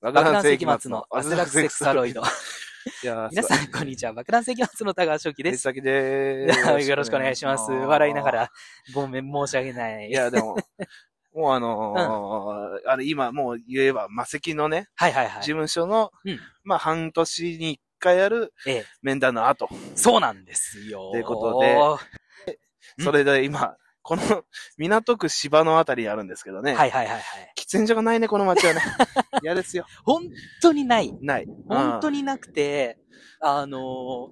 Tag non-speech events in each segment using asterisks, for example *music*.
爆爆弾弾世世紀紀末末ののアアススララククセセククササロロイイドド。いやー皆すさん、こんにちは。 *laughs* 爆弾世紀末の高橋樹ごいです。藤崎でいやーす。 *laughs* よろしくお願いします。笑いな *laughs* が。ら、ごめん、申し訳ない。いや、でも、 *laughs* もうあのーあれ今もう言えば、魔石のね、はいはいは事い。務所の、うんまあ半年に一回やるええ、面談の後。そうなんですよ。ということでそれで今、この港区芝のあたりにあるんですけどね。。はいいはいはいはい。喫煙所がないね、この街はね。 *laughs* 嫌ですよ。本当にない。ない。本当に。になくて、あのー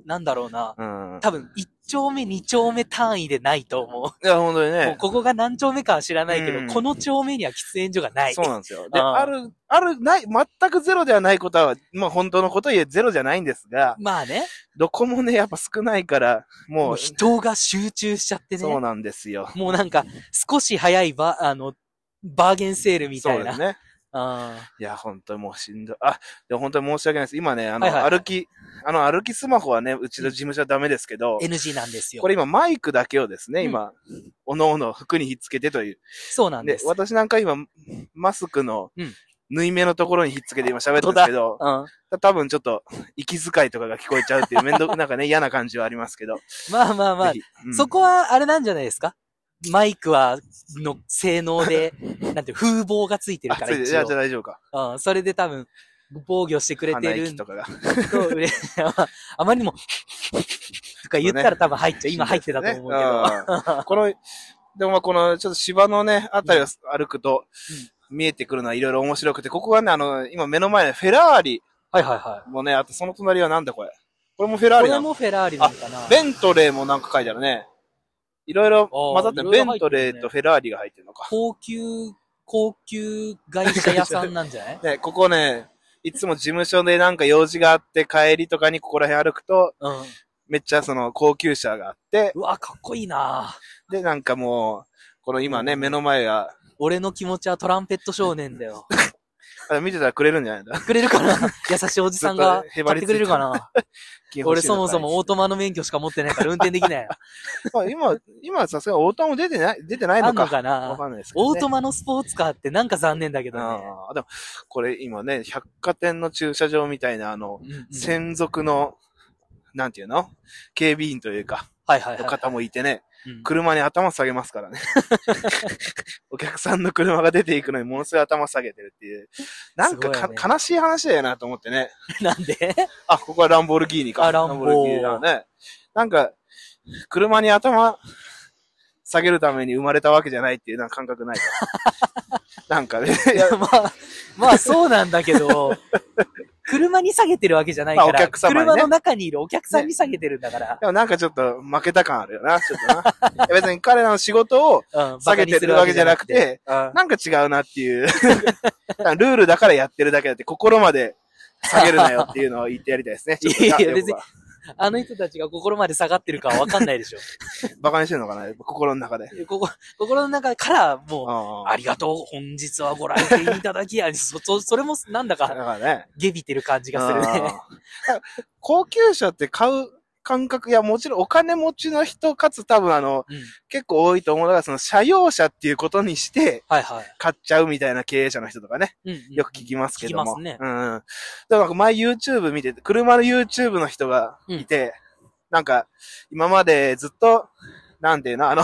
なんだろうな。うん。多分、1丁目、2丁目単位でないと思う。いや、本当にもうね。ここが何丁目かは知らないけど、うんこの丁目には喫煙所がない。そうなんですよ。で、あーある、ある、ない、全くゼロではないことは、まあ本当のこと言えゼロじゃないんですが、まあね、どこもね、やっぱ少ないから、ももうう、人が集中しちゃってね。そうなんですよ。もうなんか、少し早いば、あの、バーゲンセールみたそういでな。すね。あいや、本当にもうしんどい。あ、でも本当に申し訳ないです。今ね、あの、はいはいはい歩き、あの、歩きスマホはね、うちの事務所はダメですけどー、NG なんですよこ。れ今マイクだけをですね、今、おのおの服にひっつけてという。そうなんでです。、私なんか今、マスクのうん縫い目のところにひっつけて今喋ってるんですけど、うん、多分ちょっと、息遣いとかが聞こえちゃうっていう、めんどく、なんかね、嫌な感じはありますけど。まあま *laughs* あまあぜ、ひうんそこはあれなんじゃないですかマイクは、の性能 *laughs* で、なんて風防がついてるあ、かそられで一じゃあじゃあ応。大丈夫か。うん、それで多分、防御してくれ鼻てる息んとかが。と、うれあまりにも、とか言ったら多分入っちゃう。今入ってたと思うけど。うんこの、でもまあこの、ちょっと芝のね、あたりを歩くと、見えてくるのはいろいろ面白くて、ここはね、あの、今目の前のフェラーリはいはいはい。もね、あとその隣はなんだこれ。これもフェラーこリなれのもフェラーリなのかなベントレーもなんか書いてあるね。いろいろ混ざってる。あーいろベいろ入ンってトるねレーとフェラーリが入ってるのか。高級、高級外車屋さんなんじゃないね、ここね、いつも事務所でなんか用事があって帰りとかにここら辺歩くと、うん。めっちゃその高級車があって、うわ、かっこいいなでなんかもう、この今ね、目の前が、俺の気持ちはトランペット少年だよ。あ見てたらくれるんじゃないんだくれるかな優しいおじさんがずっとへば買りってついてくれるかな *laughs* 俺そもそもオー大トマの免許しか持ってないから運転でき *laughs* ない。まあ今、今はさすがにオートマも出てない、出てないあのんのか。かわなかんないですけど、オね。ートマのスポーツカーってなんか残念だけどね。ああ、でも、これ今ね、百貨店の駐車場みたいな、あの、うんうん専属の、なんていうの警備員というか、はいはいのはい。方もいてね、うん車に頭下げますから *laughs* ね。お客さんの車が出ていくのにものすごい頭下げてるっていう。なんかすかごいよね悲しい話だよなと思ってね。なんであ、ここはランボルギーニか。あランボーラルギーニだね。なんか、車に頭下げるために生まれたわけじゃないっていうなんか感覚ない *laughs* か。なんかね、いやまあ、まあそうなんだけ *laughs* ど、車に下げてるわけじゃないかまら、あお客様にね車の中にいるお客さんに下げてるんだから、でもなんかちょっと負けた感あるよな、ちょっとな。いや別に彼らの仕事をうん、下げてるわけじゃなくて、バカ *laughs* なんか違うなっていう。なんかルールだからやってるだけだって、心まで下げるなよっていうのを言ってやりたいですね。ちょっと *laughs* いやいやな別に僕はに、うんあの人たちが心まで下がってるかはわかんないでしょ。バカにしてるのかな、やっぱ心の中で。こ *laughs* こ心の中からもう、あありがとう、本日はご来店いただきや、そ、 *laughs* そそれもなんだだかか、らね。げびてる感じがするね。あー。高級車って買う感覚、いや、もちろんお金持ちの人、かつ多分あの、うん結構多いと思うのが、その、車用車っていうことにして、はいはい。買っちゃうみたいな経営者の人とかね、うんうんよく聞きますけども。聞きますねうんうん。でもなんか前 YouTube 見てて、車の YouTube の人がいて、なんか、今までずっと、なんていうの、あの、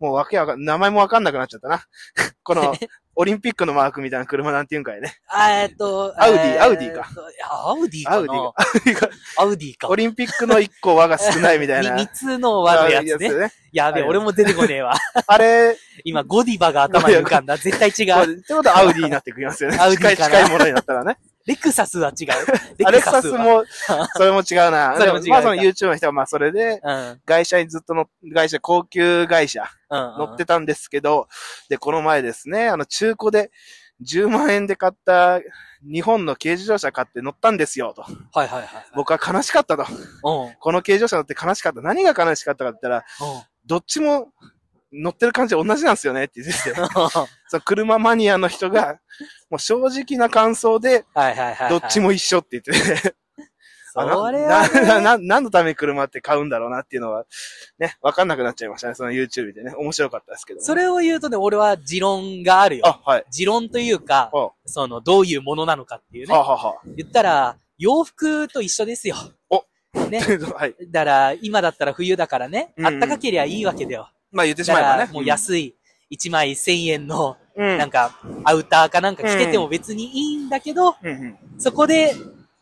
もうわけわかん、名前もわかんなくなっちゃったな。 *laughs* こ *laughs* の、オリンピックのマークみたいな車なんていうんかいね。あえっと、アウディえアウディかえっといやアウディアかウディなが。アウディがアウディか。オリンピックの一個輪が少ないみた *laughs* いな。み三つの輪のやつあいいね。よねやべえ、はい俺も出てこねえわ。あれ、今、ゴディバが頭に浮かんだ。絶対こ違うう。ってことはアウディになってくりますよね。 *laughs* アウディ近いかな近いものになったら *laughs* ね。レクサスは違う。レアクレクササススは。も、それも違うな。 *laughs* それも違うでまあその YouTube の人はまあそれで、うん。外車にずっと乗っ、外車、高級外車うん。乗ってたんですけど、で、この前ですね、あの中古で10万円で買った日本の軽自動車買って乗ったんです *laughs* よ、と。はいはいはい。僕は悲しかったと。うん。うん。この軽自動車乗って悲しかった。何が悲しかったかって言ったら、どっちも乗ってる感じ同じなんですよねって言って *laughs* て。その車マニアの人が、もう正直な感想で、はいはいはいはい。どっちも一緒って言ってて、あな *laughs* それはね、な、な、何のために車って買うんだろうなっていうのは、ね、わかんなくなっちゃいましたね。その YouTube でね。面白かったですけど、それを言うとね、俺は持論があるよ。あ、はい。持論というか、はその、どういうものなのかっていうあ、はね。あ、は *laughs* 言ったら、洋服と一緒ですよ。おあ。ね。はい。だから、今だったら冬だからね、うんあったかけりゃいいわけだよ。まあ言ってしだまかえばら、ね。もう安い、1枚1000円の、うん。うんなんか、アウターかなんか着てても別にいいんだけど、うん。そこで、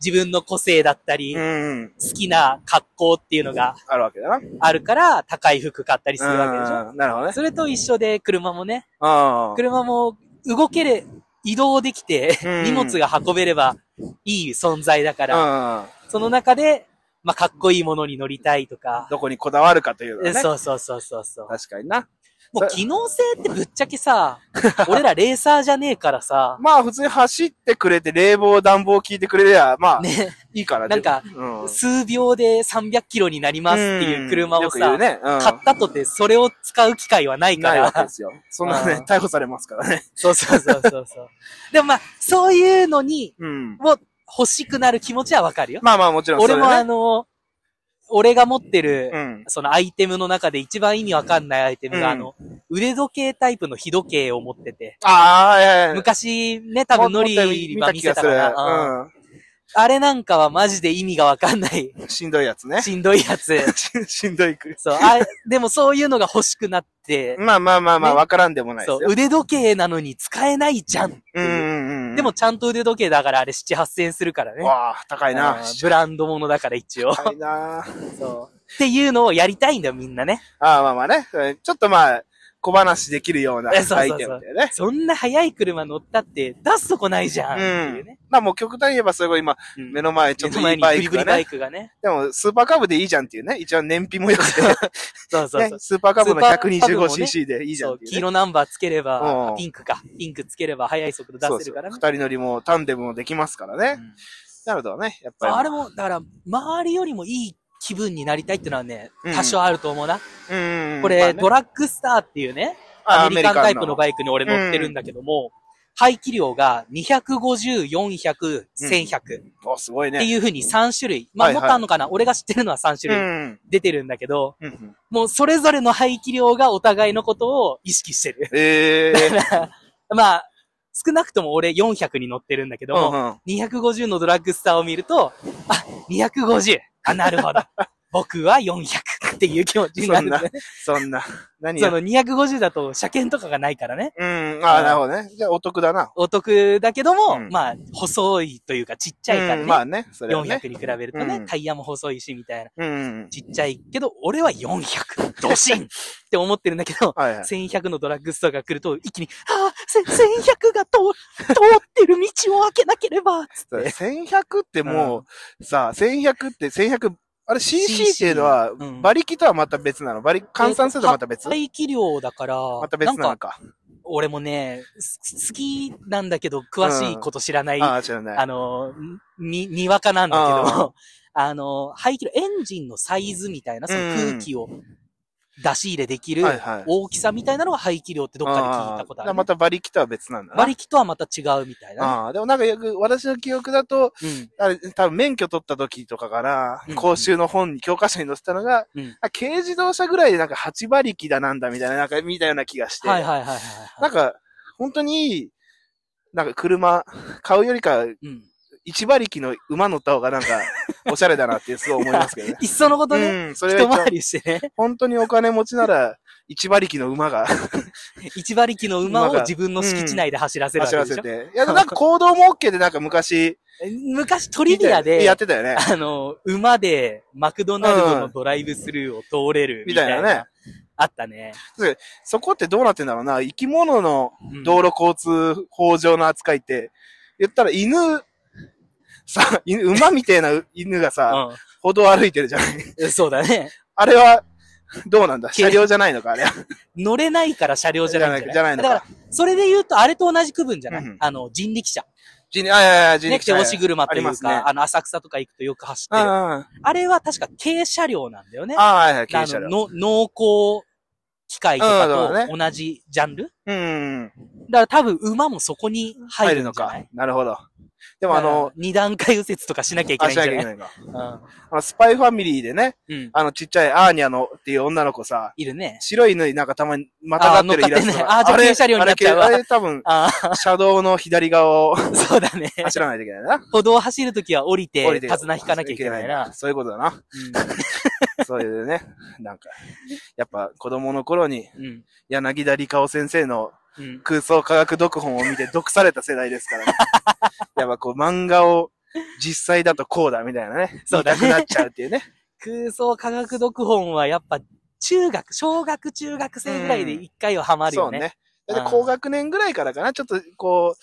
自分の個性だったり、う好んうん。きな格好っていうのがあるわけだな。あるから、高い服買ったりするわけでしょ。うんなるほどね。それと一緒で、車もね、ああ。車も動けれ、移動できてうん、荷物が運べればいい存在だから、うん。その中で、まあ、かっこいいものに乗りたいとか、どこにこだわるかというのはね。そうそうそうそうそう。確かにな。もう機能性ってぶっちゃけさ、 *laughs* 俺らレーサーじゃねえからさ、まあ普通に走ってくれて、冷房、暖房効いてくれりゃ、まあ、ね、いいからなんかうん数秒で300キロになりますっていう車うをんよさ、く言うね。うん買ったとてそれを使う機会はないかないわけでら、すよ。そんなうねん、逮捕されますからね。そうそうそうそうそう。でもまあ、そういうのにうん。も欲しくなる気持ちはわかるよ。まあまあもちろんそ俺れもはあね。の、俺が持ってる、うん。そのアイテムの中で一番意味わかんないアイテムが、うんあの、腕時計タイプの日時計を持ってて、ああ、いやいや。昔ね、多分ノリは見せたか見た気ら、うんがあれなんかはマジで意味がわかんない、する。うん。しんどいやつね。しんどいやつ。 *laughs* しんどいく。そう、あでもそういうのが欲しくなって、まあまあまあまあ、ねわからんでもないでそすう、よ。腕時計なのに使えないじゃんってうんいうう。んうん。でも、ちゃんと腕時計だからあれ7、8000円するからね。わあ、高いなあ。ーブランドものだから一応。高いな。そう。っていうのをやりたいんだよ、みんなね。ああ、まあまあね。ちょっとまあ、小話できるようなアえそうそうイそうテムだよね。そんな速い車乗ったって出すとこないじゃん。っていうね。まあもう極端に言えば、それこそ今、うん目の前ちょっといいバイク目の前にグリグリがバイね。クがね。でも、スーパーカブでいいじゃんっていうね。一応燃費も良くて、ね、 *laughs* そうそうそう。スーパーカブのスーパーカブもね 125cc でいいじゃんそっうていう、黄ね。色ナンバーつけれうばん、ピンクか。ピンクつければ速い速度そうで出せするからね。二人乗りもタンデムもできますからね。うんなるほどね。やっぱり。あれも、だから、周りよりもいい気分になりたいっていうのはねうん、多少あると思うな。うんうん。こまあれ、ねドラッグスターっていうね、あアメリカンタイプの合。バイクに俺乗ってるんだけども、排気量が250、400、1100っお、すごいね。てういう風に3種類。まあはいもはいっとあんのかな俺が知ってるのは3種類ん。出てるんだけど、うんうんもうそれぞれの排気量がお互いのことを意識してる。 *laughs* ええー。まあ、少なくとも俺400に乗ってるんだけども、うんうん250のドラッグスターを見ると、あ、250! あ、なる *laughs* ほど。僕は400っていう気持ちになるんだね。そんな。何そやの250だと車検とかがないからね。うん。ああ、なるほどね。じゃあ、お得だな。お得だけども、うんまあ、細いというかちっちゃいからね。うんまあね、それはね。 400に比べるとね、うんタイヤも細いし、みたいな。うん。ちっちゃいけど、俺は400、ドシン *laughs* って思ってるんだけど、はいはい。 1100のドラッグストアが来ると、一気に、ああ、せ1100が通、通ってる道を開けなければ、つって。 1100ってもう、さあ、1100って、1100、あれ CC っていうのは、うん馬力とはまた別なの馬力、換算するとまた別排気量だから、また別ななのんか、か。俺もね、す好きなんだけど、詳しいこと知らない、ああ、知らない。あの、に、にわかなんだけど、 *laughs* あの、排気量、エンジンのサイズみたいな、その空気を出し入れできるはいはい大きさみたいなのは排気量ってどっかで聞いたことああある。また馬力とは別なんだな。馬力とはまた違うみたいなね。ああ、でもなんかよく、私の記憶だと、うん。あれ、多分免許取った時とかからう、ん講習の本に、教科書に載せたのがうん、あ軽自動車ぐらいでなんか8馬力だなんだみたいな、なんか見たような気がして。はいはいはいはいはい。なんか、本当にいい、なんか車、買うよりか、うん。一馬力の馬乗った方 *laughs*。がなんか、おしゃれだなってすごい思いますけどねいっそのことね、うん、それが一一番回りしてね、 *laughs* 本当にお金持ちなら、一馬力の馬が *laughs* 一馬力の馬馬をが自分の敷地内で走らせるわ走けでらしょ。せて。いや、なんか行動も OK でなんか昔、昔トリビアで、やってたよね。あの、馬でマクドナルドのドライブスルーを通れるみたいな。みたいなねあったね。そこってどうなってんだろうな。生き物のうん道路交通法上の扱いって、言ったら犬、さ、犬、馬みたいな犬がさ、歩道歩いてるじゃない。うん。 *laughs* そうだね。あれは、どうなんだ車両じゃないのか、あれ。乗れないから車両じゃないんじゃないじゃないのだからか。、それで言うと、あれと同じ区分じゃない、うんあの、人力車。人力、あ、いやいや、人力ね、手車。押し車といありまうすか、ねあ,、の、浅草とか行くとよく走っうんてる。うあんうん。れは確か軽車両なんだよね。ああ、はいはい、あ軽車両。の、の農耕機械とかうんそうだとね同じジャンル、うん。だから多分馬もそこに入入るるんのじゃなかい。なるほど。でもあの、、二段階右折とかしなきゃいけあ、ないしんじなゃきゃいけないないか。あの、スパイファミリーでね、うん。うん。あの、ちっちゃいアーニャのっていう女の子さ、いるね。白い犬になんかたまにまたがってるイラストが。あー乗っかってんねあーじゃあ軽車両になっちゃうわあれ、あれ多 *laughs* 分、あ車道の左 *laughs* 側をあ、そうだね。走らないといけないな。歩道を走るときは降り降て、りて手綱引かなきゃいけないな。。そういうことだな。そういうね、なんか、やっぱ子供の頃にうん。うん柳田理香先生のうん。空想科学読本を見て読された世代です *laughs* からね。やっぱこう漫画を実際だとこうだみたいなね。そうだね言いたくなっちゃうって *laughs* いうね。空想科学読本はやっぱ、中学、小学、中学生ぐらいで一回はハマるそうよね。ね。だって高学年ぐらいからかな、ちょっとこう、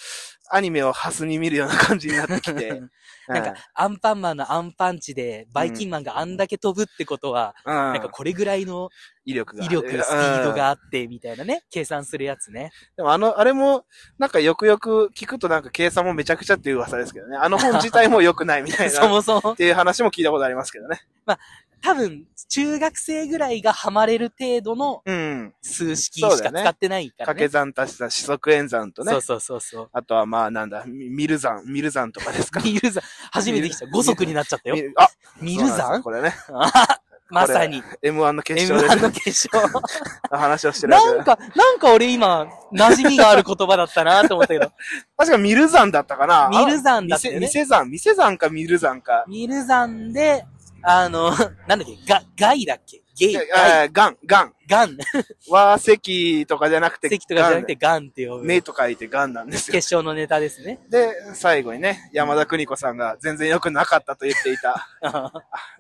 アニメをハスに見るような感じになって *laughs* きて。なんか、アンパンマンのアンパンチで、バイキンマンがあんだけ飛ぶってことは、うん、ななんかこれぐらいの威力が。威力、スピードうん。があって、みたいなね、計算するやつね。でもあの、あれも、なんかよくよく聞くとなんか計算もめちゃくちゃっていう噂ですけどね。あの本自体も良くないみたい *laughs* そな。っもそも、ていう話も聞いたことありますけどね。多分、中学生ぐらいがハマれる程度のうん。数式しそうかだよね使ってないから掛ね。け算足した四則演算とね。そうそうそうそう。あとはまあなんだ、み見る算、見る算とかですか。ミルザン、初めて来た。5足になっちゃった *laughs* よ見。るあミルそうなんですザよンこれね、まさに。 M1 の決勝で M1 ねの決 *laughs* 勝。話をしてるわけなんか、なんか俺今、馴染みがある言葉だったなと思っ *laughs* たけど。確か見る算だったかな。ミルザンだ見ってせ、ね。見せ算、見せ算か見る算か。ミルザンで、あの、なんだっけ、ガ、ガイだっけゲイ、ガイ、えーガン、ガン。ガン。和席とかじゃなくて、関とかじゃなくてガンって呼ガンぶ。ねと書いてガンなんです決よ。勝のネタですね。で、最後にね、山田邦子さんが全然良くなかったと言ってい *laughs* た。あ、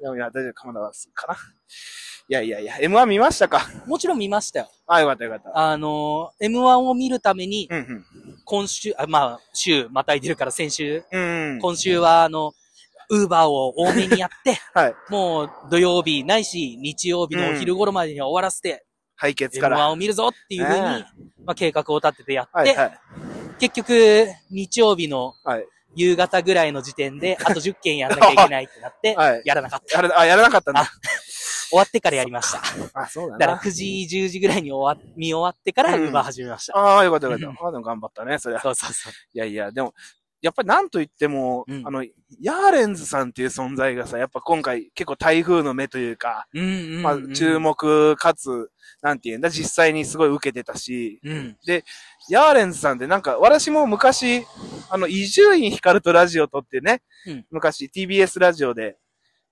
でもいや、大丈夫、鎌田はかな。いやいやいや、M1 見ましたかもちろん見ましたよ。あ、よかったよかった。あの、M1 を見るために、うんうん。今週、あまあ、週、またいでるから先週、うん。今週はあの、ウーバーを多めに *laughs* やって、はい。もう土曜日ないし、日曜日のお昼頃までには終わらせて、敗血から。 M1 を見るぞっていうふうに、ねまあ計画を立ててやって、はいはい。結局、日曜日のはい。夕方ぐらいの時 *laughs* 点で、あと10件やんなきゃいけないってなって、はいやらなかっやた。ら、あ、やらなかったんだ。終わってからやりました。あ、そうだだからな。 9時、10時ぐらいに終わ、見終わってから、うウんーバー始めました。ああ、よかったよかった。あでも頑張ったね、そりゃ。そうそうそう。いやいや、でも、やっぱりなんと言っても、うんあの、ヤーレンズさんっていう存在がさ、やっぱ今回結構台風の目というか、うんうん、うん。まあ、注。目かつ、なんていうんだ、実際にすごい受けてたし、うん。ヤーレンズさんってなんか、私も昔、あの、伊集院光とラジオ撮ってね、うん昔 TBS ラジオで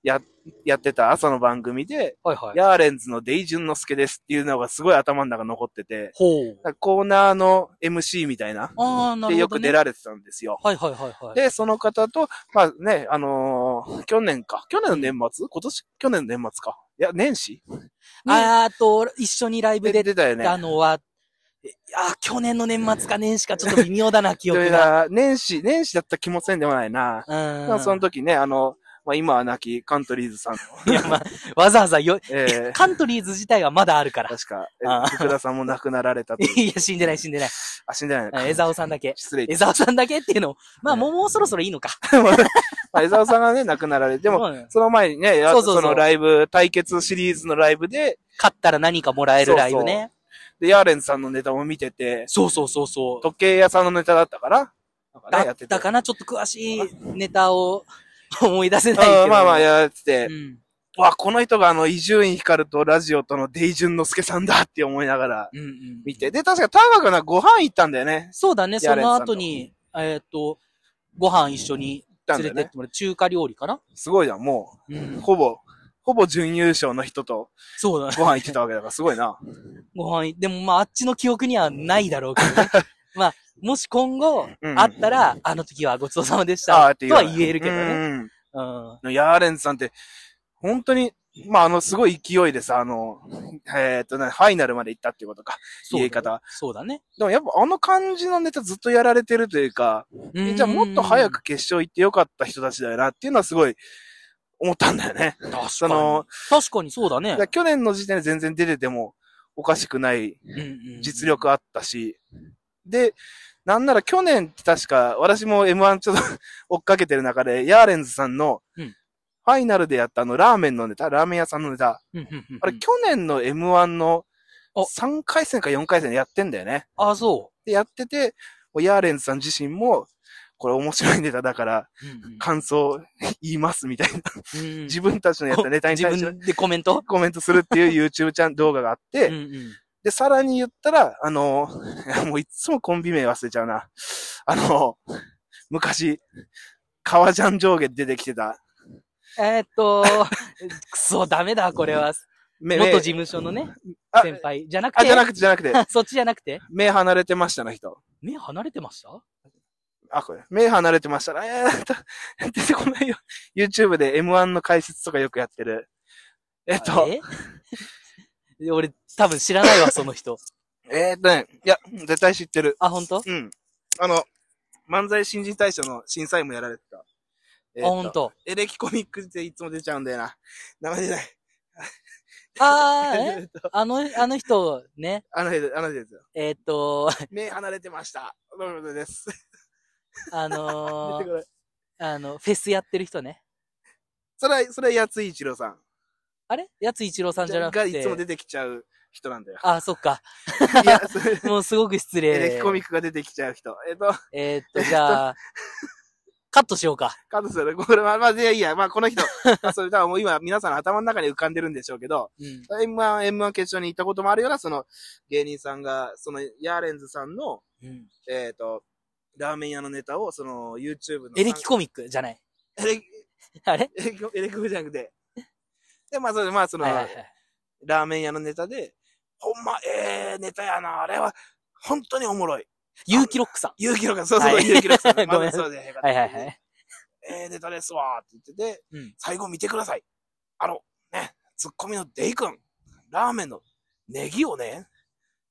や、やってた朝の番組で、はいはい。ヤーレンズのデイジュンのすけですっていうのがすごい頭の中残ってて、ほう。なんかコーナーの MC みたいな、ああ、なるほど、でね。よく出られてたんですよ。はいはいはいはい。で、その方と、まあね、あのー去年か。去年の年末今年、去年の年末か。いや、年始あーあと、一緒にライブでで出たよね。たのは、えあ、去年の年末か年始かちょっと微妙だな、記憶だが。から年始、年始だった気もせんでもないな。まうあん。その時ね、あの、まあ今は亡きカントリーズさんの、いや、まあ、わざわざよ、えー *laughs* カントリーズ自体はまだあるから。確か、えあー福田さんも亡くなられたという。いや、死んでない死んでない。あ、死んでないのかあ江沢さんだけ。失礼い *laughs* 江たし沢さんだけっていうの、まあ、ねもうもうそろそろいいのか。ました。まあ江沢さんがね、亡くなられて、 *laughs* でも、うん、その前にね、やそうそうそうのライブ、対決シリーズのライブで、勝ったら何かもらえるライブね。で、ヤーレンズさんのネタも見てて、そうそうそうそう時計屋さんのネタだったから、なんかね、だやっっててたかなちょっと詳しいネタ *laughs* を思い出せないけあど。あまあまあやってて、うん。わ、この人があの、伊集院光とラジオとのデイジュンの助さんだって思いながらうんうん。見て。で、確か高くなご飯行ったんだよね。そうだね、ヤそーレンズのさんと後に、えーっと、ご飯一緒に行った連んだれよてっね。てもらう。中華料理かなすごいじゃん、もうう。ん。ほぼ、ほぼ準優勝の人とそうだね。ご飯行ってたわけだから、すごいな。ご飯、でもまああっちの記憶にはないだろうけ *laughs* どね。まあ、もし今後、うんあったら、あの時はごちそう *laughs* さまでしああた。ってという。は言えるけどね。ね。うん。うん。ヤーレンズさんって、本当に、まあ、あの、すごい勢いでさ、あの、えーっとね、ファイナルまで行ったっていうことか。そうだね言い方。そうだね。でもやっぱあの感じのネタずっとやられてるというか、えじゃあもっと早く決勝行ってよかった人たちだよなっていうのはすごい思ったんだよね。うん。確かに。その確かにそうだねだか。ら去年の時点で全然出ててもおかしくないうんうん実。力あったし。で、なんなら去年って確か私も M1 ちょっと追っかけてる中で、ヤーレンズさんのうんファイナルでやったあのラーメンのネタ、ラーメン屋さんのネタ。うんうんうんうんあれ去年の M1 のあ3回戦か4回戦でやってんだよね。あ、そで、やってて、もうヤーレンズさん自身も、これ面白いネタだから、感想言いますみたいな。自自分たちのやったネタに対して分でコメントコメントするっていう YouTube チャン動画があって、うんうんで、さらに言ったら、あの、 *laughs* いやもういつもコンビ名忘れちゃうな。あの、昔、革ジャン上下で出てきてた、えーっと、 *laughs* くそ、ダメだ、これは。目元事務所のね、あ先輩。じゃなくあ、てじゃなくて、じゃなくて、 *laughs* そっちじゃなくて目離れてましたね、人。目離れてましたあ、これ。目離れてましたね。 *laughs* えーっと、出てこないよ。YouTube で M1 の解説とかよくやってる。えっと、え *laughs* 俺、多分知ら *laughs* ないわ、その人。えーっとね、いや、絶対知ってる。あ、本当？あ、うん。あの、漫才新人大賞の審査員もやられてた。えーっと本当。エレキコミックでいつも出ちゃうんだよな。名前出ない。あ *laughs* ー、ええあの、あの人、ね、あの人、あの人ですよ。えーっと、目離れてました。どうもです。あ出のて *laughs* ーこないあの、フェスやってる人ね。それは、それはやついちろうさん。あれやつ一郎さんじゃがなくいつもて。出てきちゃう人なんだよ。あ、そっか。いや、それ *laughs* もうすごく失エレキ礼コ。ミックが出てきちゃう人。えっ、と、えーっと、じゃあ、カットしようか。カズさん、これは、まあ、いやいや、まあ、この人。 *laughs* まあ、それ多分もう今、皆さんの頭の中に浮かんでるんでしょうけど、うん。 M1、M1 決勝に行ったこともあるような、その、芸人さんが、その、ヤーレンズさんの、うんえっ、と、ラーメン屋のネタを、その、YouTube の。エレキコミックじゃない。 *laughs* エレキあれエレコ、エレコじゃなくて。で、まあ、それで、まあ、その、はいはいはい。ラーメン屋のネタで、ほんま、ええネタやな、あれは、本当におもろい。勇気ロックさん。勇気のか、そうそう、はい勇気のかさん。 *laughs* ごめんまあそうで、よかったはいはいはい。ええネタですわ、って言ってて、うん最後見てください。あの、ね、ツッコミのデイ君、ラーメンのネギをね、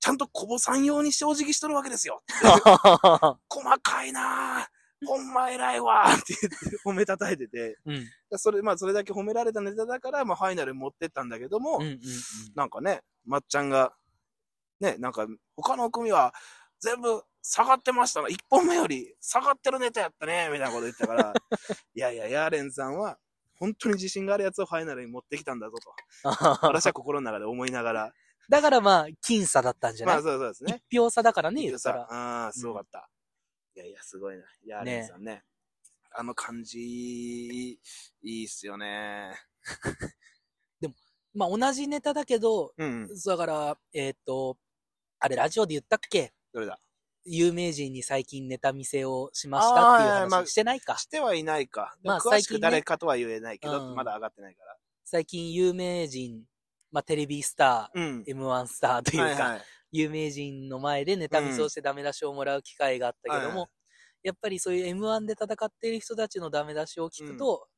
ちゃんとこぼさん用にしてお辞儀しとるわけですよ。細かいなあほんま偉いわーって言って褒めたたえてて。 *laughs* *laughs* うん。うんそれ、まあ、それだけ褒められたネタだから、まあ、ファイナルに持ってったんだけども、うんうん。なんかね、まっちゃんが、ね、なんか、他の組は、全部、下がってましたな。一本目より、下がってるネタやったね、みたいなこと言ってた *laughs* から、いやいや、ヤーレンさんは、本当に自信があるやつをファイナルに持ってきたんだぞと。私は心の中で思いながら。 *laughs* だからまあ、僅差だったんじゃなまあ、いそうそうですね。一票差だからね、言ったさら。ああ、すごかった。いやいや、すごいな。ヤーレンさんね。あの感じ、いいっすよね。まあ、同じネタだけど、うん。そうだから、えーっと、あれ、ラジオで言ったっけどれだ有名人に最近ネタ見せをしましたっていうあーはいまあ話してないか。してはいないか。まあ詳し最近ねく誰かとは言えないけど、うんまだ上がってないから。最近有名人、まあ、テレビスタうん。ー、M1 スターというか、はいはい有名人の前でネタ見せをしてダメ出しをもらう機会があったけども、はやっぱりそういう M1 で戦っている人たちのダメ出しを聞くと、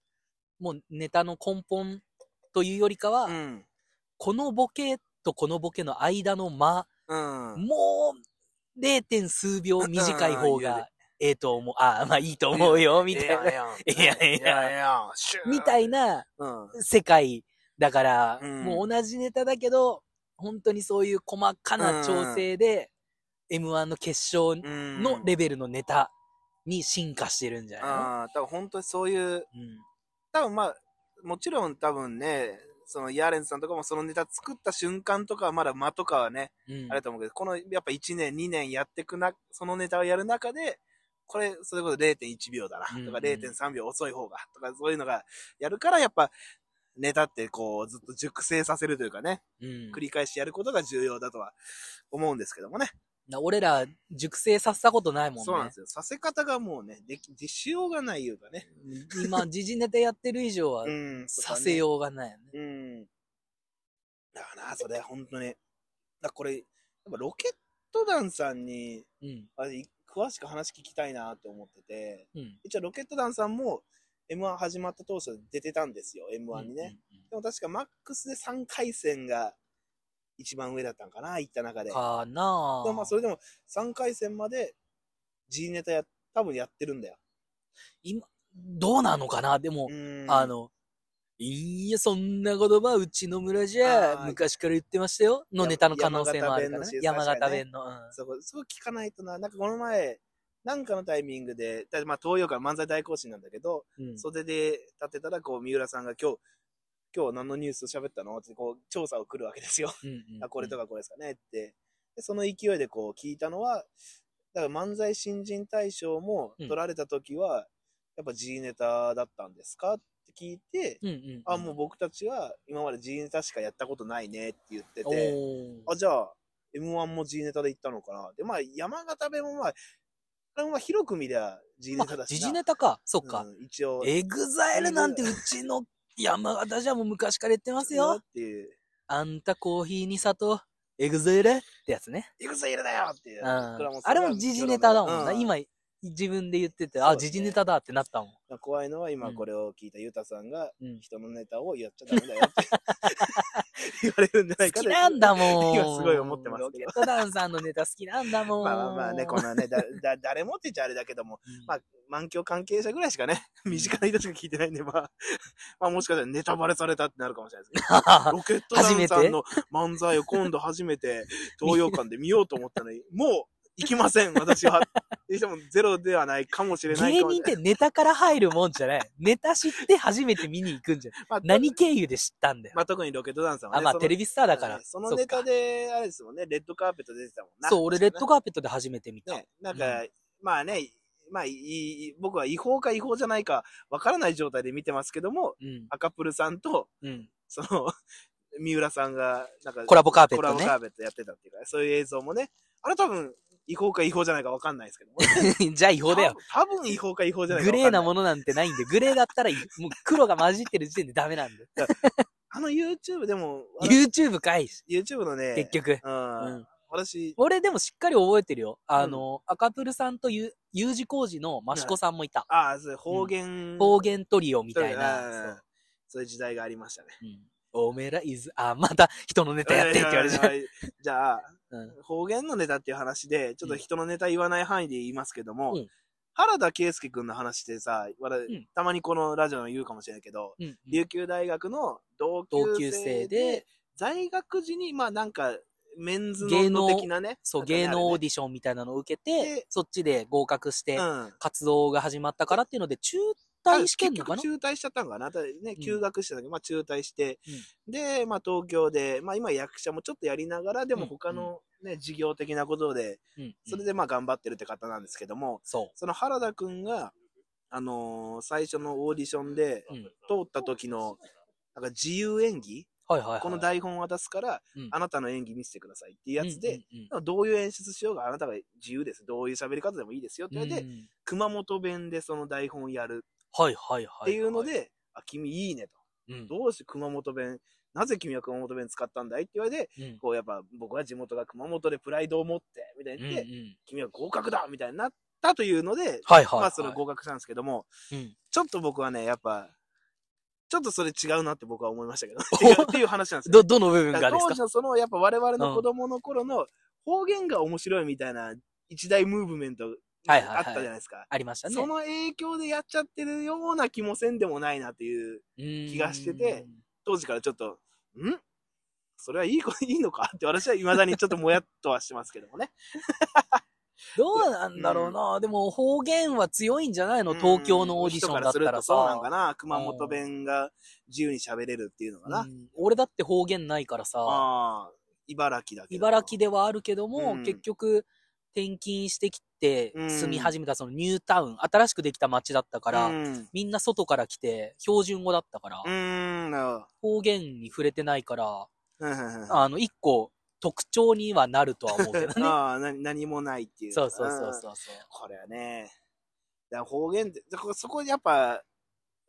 もうネタの根本というよりかは、うん。このボケとこのボケの間の間、うん。もう 0. 点数秒短い方うんがええと思う。ああ、まあいいと思うよ、みたいな。いやいや。いやいやいや、シュー *laughs* みたい。なうん。世界だから、うんもう同じネタだけど、本当にそういう細かな調整で、M1 の決勝うん。のレベルのネタに進化してるんじゃなああ、多分本当にそういう、いのうん多分まあ、もちろん多分ね、そのヤーレンズさんとかもそのネタ作った瞬間とかはまだ間とかはね、うんあれだと思うけど、このやっぱ1年、2年やってくな、そのネタをやる中で、これ、それこそ0.1秒だな、うんとか0.3秒遅い方が、とかそういうのがやるから、やっぱ、ネタってこう、ずっと熟成させるというかね、うん繰り返しやることが重要だとは思うんですけどもね。な俺ら熟成させたことないもんね。そうなんですよ。させ方がもうね、でき、実しようがないいうかね。今、時事ネタやってる以上は、うん。させようがないよね。う。うん。だからな、それ、本当に。だこれ、やっぱロケット団さんに、うん。あれ、詳しく話聞きたいなと思ってて、うん。一応ロケット団さんも、M1 始まった当初出てたんですよ、M1 にね。うん。でも確かマックスで3回戦が一番上だったんかな、行った中で。かなでもまあそれでも3回戦まで G ネタや、多分やってるんだよ。今、どうなのかなでも、うんあ、の、いや、そんな言葉、うちの村じあゃ、ー昔から言ってましたよ、のネタの可能性もあるからね。山山形形弁弁の。そこ、そこ聞かないとな、なんかこの前、なんかのタイミングで、だまあ東洋館漫才大行進なんだけど、うんうん袖で立ってたら、こう、三浦さんが今日、今日何のニュース喋ったのって、こう、調査を来るわけですよ。うんうんあ、これとかこれですかねって。でその勢いでこう聞いたのは、だから漫才新人大賞もうん取られた時は、やっぱ G ネタだったんですかって聞いて、うんうん。あ、もう僕たちは今まで G ネタしかやったことないねって言っておて、ーあ、じゃあ、M1 も G ネタで行ったのかな。で、まあ、山形弁もまあ、あれもまあ広く見りゃ G ネタまあ、だしな。時事ネタか。そっか。うん一応。エグザイルなんてうちの山形じゃもう昔から言ってますよっ。ていう。あんたコーヒーに砂糖、エグザイルってやつね。いくついるだよっていうう。ん。こはもうあれも時事ネタだもんな。う今、自分で言ってて、そうあ、ですね時事ネタだってなったもん。まあ怖いのはう今んこれを聞いたユタさんが、うん人のネタをやっちゃダメだよ *laughs* って言われるんじゃな好いかきなんだもん。今すごい思ってますけどロケットダンさんのネタ好きなんだもん。まあまあまあね、こんなね、だ、だ、誰もって言っちゃあれだけども、うんまあ満響関係者ぐらいしかね、身近な人しか聞いてないんで、まあ、 *laughs* まあもしかしたらネタバレされたってなるかもしれないですけ *laughs* ど、ロケットダンさんの漫才を今度初めて東洋館で見ようと思ったのに、もう行きません、私 *laughs* は。でもゼロではないかもしれない芸かもし人れっない。てネタから入るもんじゃない。ネタ知って初めて見に行くんじゃない。 *laughs* まあ何経由で知ったんだよ。まあ特にロケットダンさんはあ、ね、まあそのテレビスターだから。そのネタそっかで、あれですもんね、レッドカーペット出てたもんな。そう、俺レッドカーペットで初めて見た。ね、なんか、まあね、まあいい、僕は違法か違法じゃないか、わからない状態で見てますけども、うん。赤プルさんと、うん。その、三浦さんが、なんか、コラボカーペッコラトボね。カーペットやってたっていうか、そういう映像もね、あれ多分、違法か違法じゃないかわかんないですけども。 *laughs* じゃあ違法だよ。多分。多分違法か違法じゃないかグレーなもの。のなんてないんで、グレーだったらいい、もう黒が混じってる時点でダメなんだよ。あの YouTube でも、 *laughs* あの YouTube かいし、 YouTube のね、結局。う、うんん。私、俺でもしっかり覚えてるよ。あの、赤プルさんとゆ U 字工事の益子さんもいた。ああ、そう方言、方言トリオみたいうんな。そういう時代がありましたね。そううんおめえら、いず、あ、また人のネタやってって言われちゃう。じゃあ、うん方言のネタっていう話で、ちょっと人のネタ言わない範囲で言いますけども、うん原田圭介君の話でさ、わらんたまにこのラジオの言うかもしれないけど、うん。琉球大学の同級生で同級生で、在学時に、まあなんか、メンズ芸の能的なね。そう、なんかね芸能オあれーねディションみたいなのを受けてで、そっちで合格して、うん。活動が始まったからっていうので、中あ退してんのかな結局中退しちゃったのかなただね、うん休学してたけど、まあ中退して、で、まあ東京で、まあ今役者もちょっとやりながら、でも他のね、事業的なことで、うんそれでまあ頑張ってるって方なんですけども、そその原田くんが、あのー最初のオーディションでう。うん。通った時の、なんか自由演技、はいはいはい。この台本を渡すから、うんあなたの演技見せてくださいっていうやつで、うんうんでもどういう演出しようがあなたが自由です。どういう喋り方でもいいですよってうん、言われて、うん熊本弁でその台本をやるはいはいはい。っていうので、、あ、君いいねと。うんどうして熊本弁、なぜ君は熊本弁使ったんだいって言われて、うんこうやっぱ僕は地元が熊本でプライドを持って、みたいにうん言って、うん君は合格だみたいになったというので、はいはいはい。まあそれ合格したんですけども、うんちょっと僕はね、やっぱ、ちょっとそれ違うなって僕は思いましたけ *laughs* ど、っていうっていう話なんですよ。ど、どの部分だかがらです当か時のその、やっぱ我々の子供の頃の方言が面白いみたいな一大ムーブメントがはいはいはいあったじゃないですか。ありましたね。その影響でやっちゃってるような気もせんでもないなっていう、気気がしてて、当時からちょっと、んそれはいい子、いいのかって私は未だにちょっともやっとはしてますけど *laughs* もね。どうなんだろうな。でも方言は強いんじゃないのうん東京のオーディションだっ人たかららするとそうなんかさ。な。熊本弁が自由に喋れるっていうのかな。うん俺だって方言ないからさ、ああ、茨城だけど。茨城ではあるけどもう、ん結局転勤してきてうん住み始めたそのニュータウン、新しくできた町だったかうら、ん。うみんな外から来て標準語だったから、ーん。なるほど方言に触れてないから、うんうんうんあの、一個特徴にはなるとは思うけどね。 *laughs* ああ、な何もないっていう。 *laughs* そうそうそううんそうそう。これはね、だから方言って、だからそこやっぱ、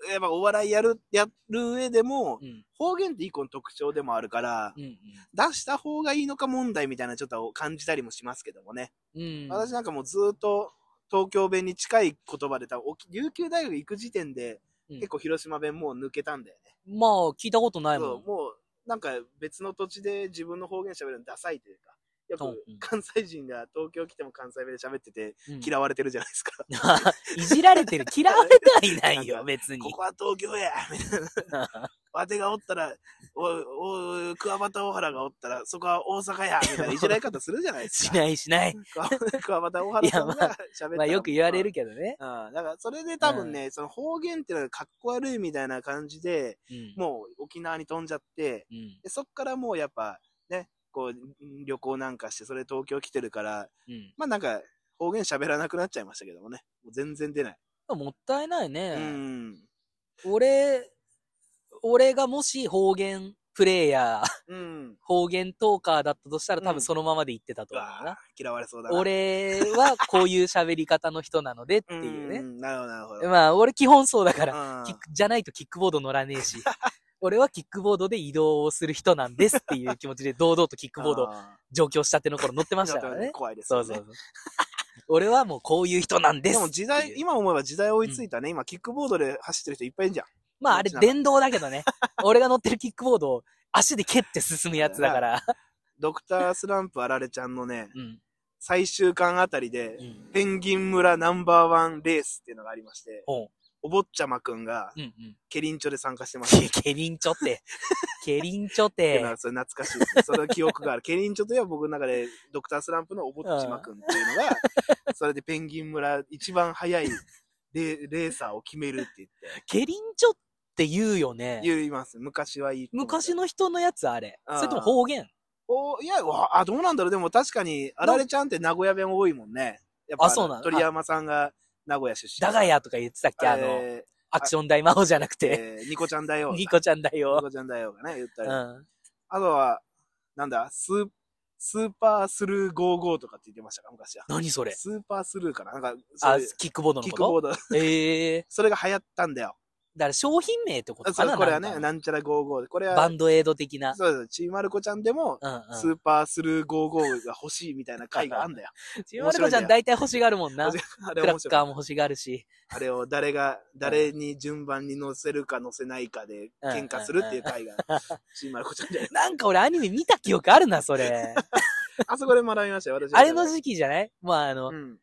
やっぱお笑いやる、やる上でもう、ん。方言って一個の特徴でもあるから、うん出した方がいいのか問題みたいなちょっと感じたりもしますけどもね。うん。うん。私なんかもうずっと東京弁に近い言葉で、多分沖琉球大学行く時点で、うん結構広島弁もう抜けたんだよね。まあ、聞いたことないもそんう。もうなんか別の土地で自分の方言喋るのダサいというか、ようんくうん関西人が東京来ても関西弁で喋っててうん嫌われてるじゃないです *laughs* か。いじられてる。嫌われてはいな *laughs* いよ、別にこ。 *laughs* こは東京やみたいな。わてがおったら、お、お、桑畑大原がおったら、そこは大阪やみたいないじられ方するじゃないですしか。ない *laughs* しない。桑桑畑大原さんがい喋やまったらまあ、よく言われるけどね。うん、だからそれで多分ね、その方言っていうのがかっこ悪いみたいな感じで、うん。もう沖縄に飛んじゃって、うん。でそっからもうやっぱね、こう、ん旅行なんかして、それ東京来てるから、うん。まあなんか、方言喋らなくなっちゃいましたけどもね。もう全然出ない。もったいないうね。ん。俺、俺がもし方言プレイヤー、 *laughs* うん。方言トーカーだったとしたらう多ん分そのままで言ってたとう思うわな。ぁ嫌われそうだな。俺はこういう喋り方の人なのでっていうね。んなるほど、なるほど。まあ、俺基本そうだから、あキックじゃないとキックボード乗らね *laughs* えし、俺はキックボードで移動をする人なんですっていう気持ちで堂々とキックボード上京したての頃乗ってまし *laughs* たからね。怖いですそようね。そうそう。俺はもうこういう人なんですでも時代、今今思えば時代追いついたね。今、キックボードで走ってる人いっぱいいるじゃん。まああれ電動だけどね。俺が乗ってるキックボードを足で蹴って進むやつだ *laughs* から。ドクタースランプあられちゃんのね、うん。最終巻あたりでう、ん。ペンギン村ナンバーワンレースっていうのがありまして、おうお坊ちゃまくんがうんうん。ケリンチョで参加してました。けケリンチョって。ケリンチョっっていうのては。それ懐かしい *laughs* ですね。その記憶がある。ケリンチョといえば僕の中でドクタースランプのおぼっちまくんっていうの *laughs* が、それでペンギン村一番速いレレーサーを決めるって言って、ケリンチョって言うよね。言います。昔はいい。昔の人のやつあれ。あーそれとも方言おいや、わあ、どうなんだろう。でも確かに、あられちゃんって名古屋弁多いもんね。やっぱあそうなの鳥山さんが名古屋出身。ダガヤとか言ってたっけあの、えアクション大魔王じゃなくーて。えーニコちゃんだよ。 *laughs* ニコちゃんだニよ。コちゃんだよがね、言ったうり。ん。あとは、なんだ、スー、スーパースルー55とかって言ってましたか、昔は。何それスーパースルーかななんか、そうあいう、キックボードのキックボことード。ええ。それが流行ったんだよ。だから商品名ってことそかうなこれはなね、んかなんちゃら55で。これバは、ンドエイド的な。そうです。ちーまる子ちゃんでも、うんうん。スーパースルー55が欲しいみたいな回があんだよ。ちまる子ちゃん大体欲しがるもんな。あれクラ面ッ白い。カーも欲しがるし。あれを誰が、誰に順番に乗せるか乗せないかでうん喧嘩するっていう回が、ちーまる子ちゃんで。 *laughs* なんか俺アニメ見た記憶あるな、それ。あそこで学びましたよ、私。あれの時期じゃないもうあの、うん。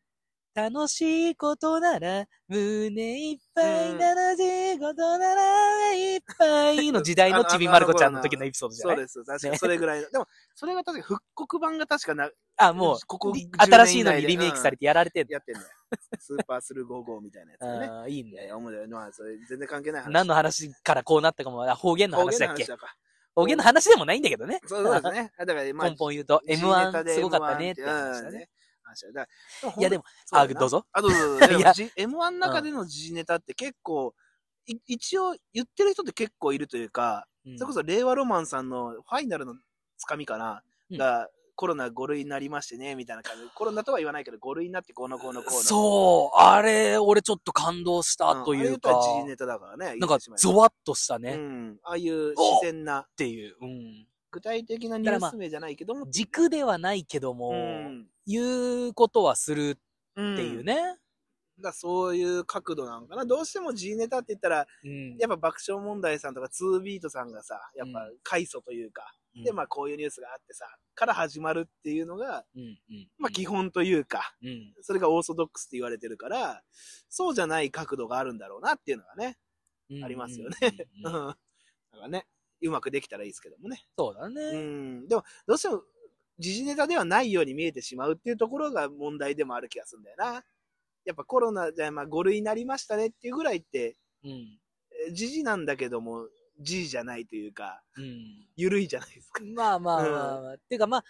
楽しいことなら、胸いっぱい、楽しいことなら、いっぱいの時代のちびまる子ちゃんの時のエピソードじゃそなういです。確かに、それぐらいの。でも、それが確か復刻版が確かな、あ、もう、ここリ10新しいの年以内にでリメイクされてやられてんやってんだよ。スーパースルー55みたいなやつだがね。あーいいいやいねや、。思うよ。まあ、それ全然関係ない話。何の話からこうなったかも、あ方言の方話言だのっけ話だか。方言の話でもないんだけどね。そうそうです *laughs* ね。だから、まあ、根本言うと、 G ネタ M1 ですごかった M1 ねって話だうんね。。話だだからいやでも、、ほんあ、どう。ぞ。そうだなあ、どうぞどうぞ。で *laughs* いもや G- M1 の中での G ネタって結構、い一応言ってる人って結構いるというか、それこそ令和ロマンさんのファイナルのつかみかな、うんが、コロナ5類になりましてね、みたいな感じで、コロナとは言わないけど、5類になってこうのこうのこうの。そう、あれ、俺ちょっと感動しんたというかあ、れ言ったら G ネタだからね。なんか言ってしまゾワッとしたえばねうっん。ああいう自然な、ていう。うん具体的なニュース名じゃないけども、軸ではないけども、うん言うことはするっていう。んだかね。らそういう角度なのかな。どうしても G ネタって言ったら、うんやっぱ爆笑問題さんとか2ビートさんがさ、やっぱう快祖というか、うんで、まあこういうニュースがあってさ、から始まるっていうのが、うんうんまあ基本というか、うんそれがオーソドックスって言われてるから、そうじゃない角度があるんだろうなっていうのがね、うんありますよねううんん。 *laughs* うんだからね、うまくできたらいいですけどもね。そうだうね。ん。でも、どうしても、時事ネタではないように見えてしまうっていうところが問題でもある気がするんだよな。やっぱコロナじゃ、まあ5類になりましたねっていうぐらいって、うんえー時事なんだけども、時事じゃないというか、うんゆるいじゃないですか。まあまあまあまあ。っていうかまあ、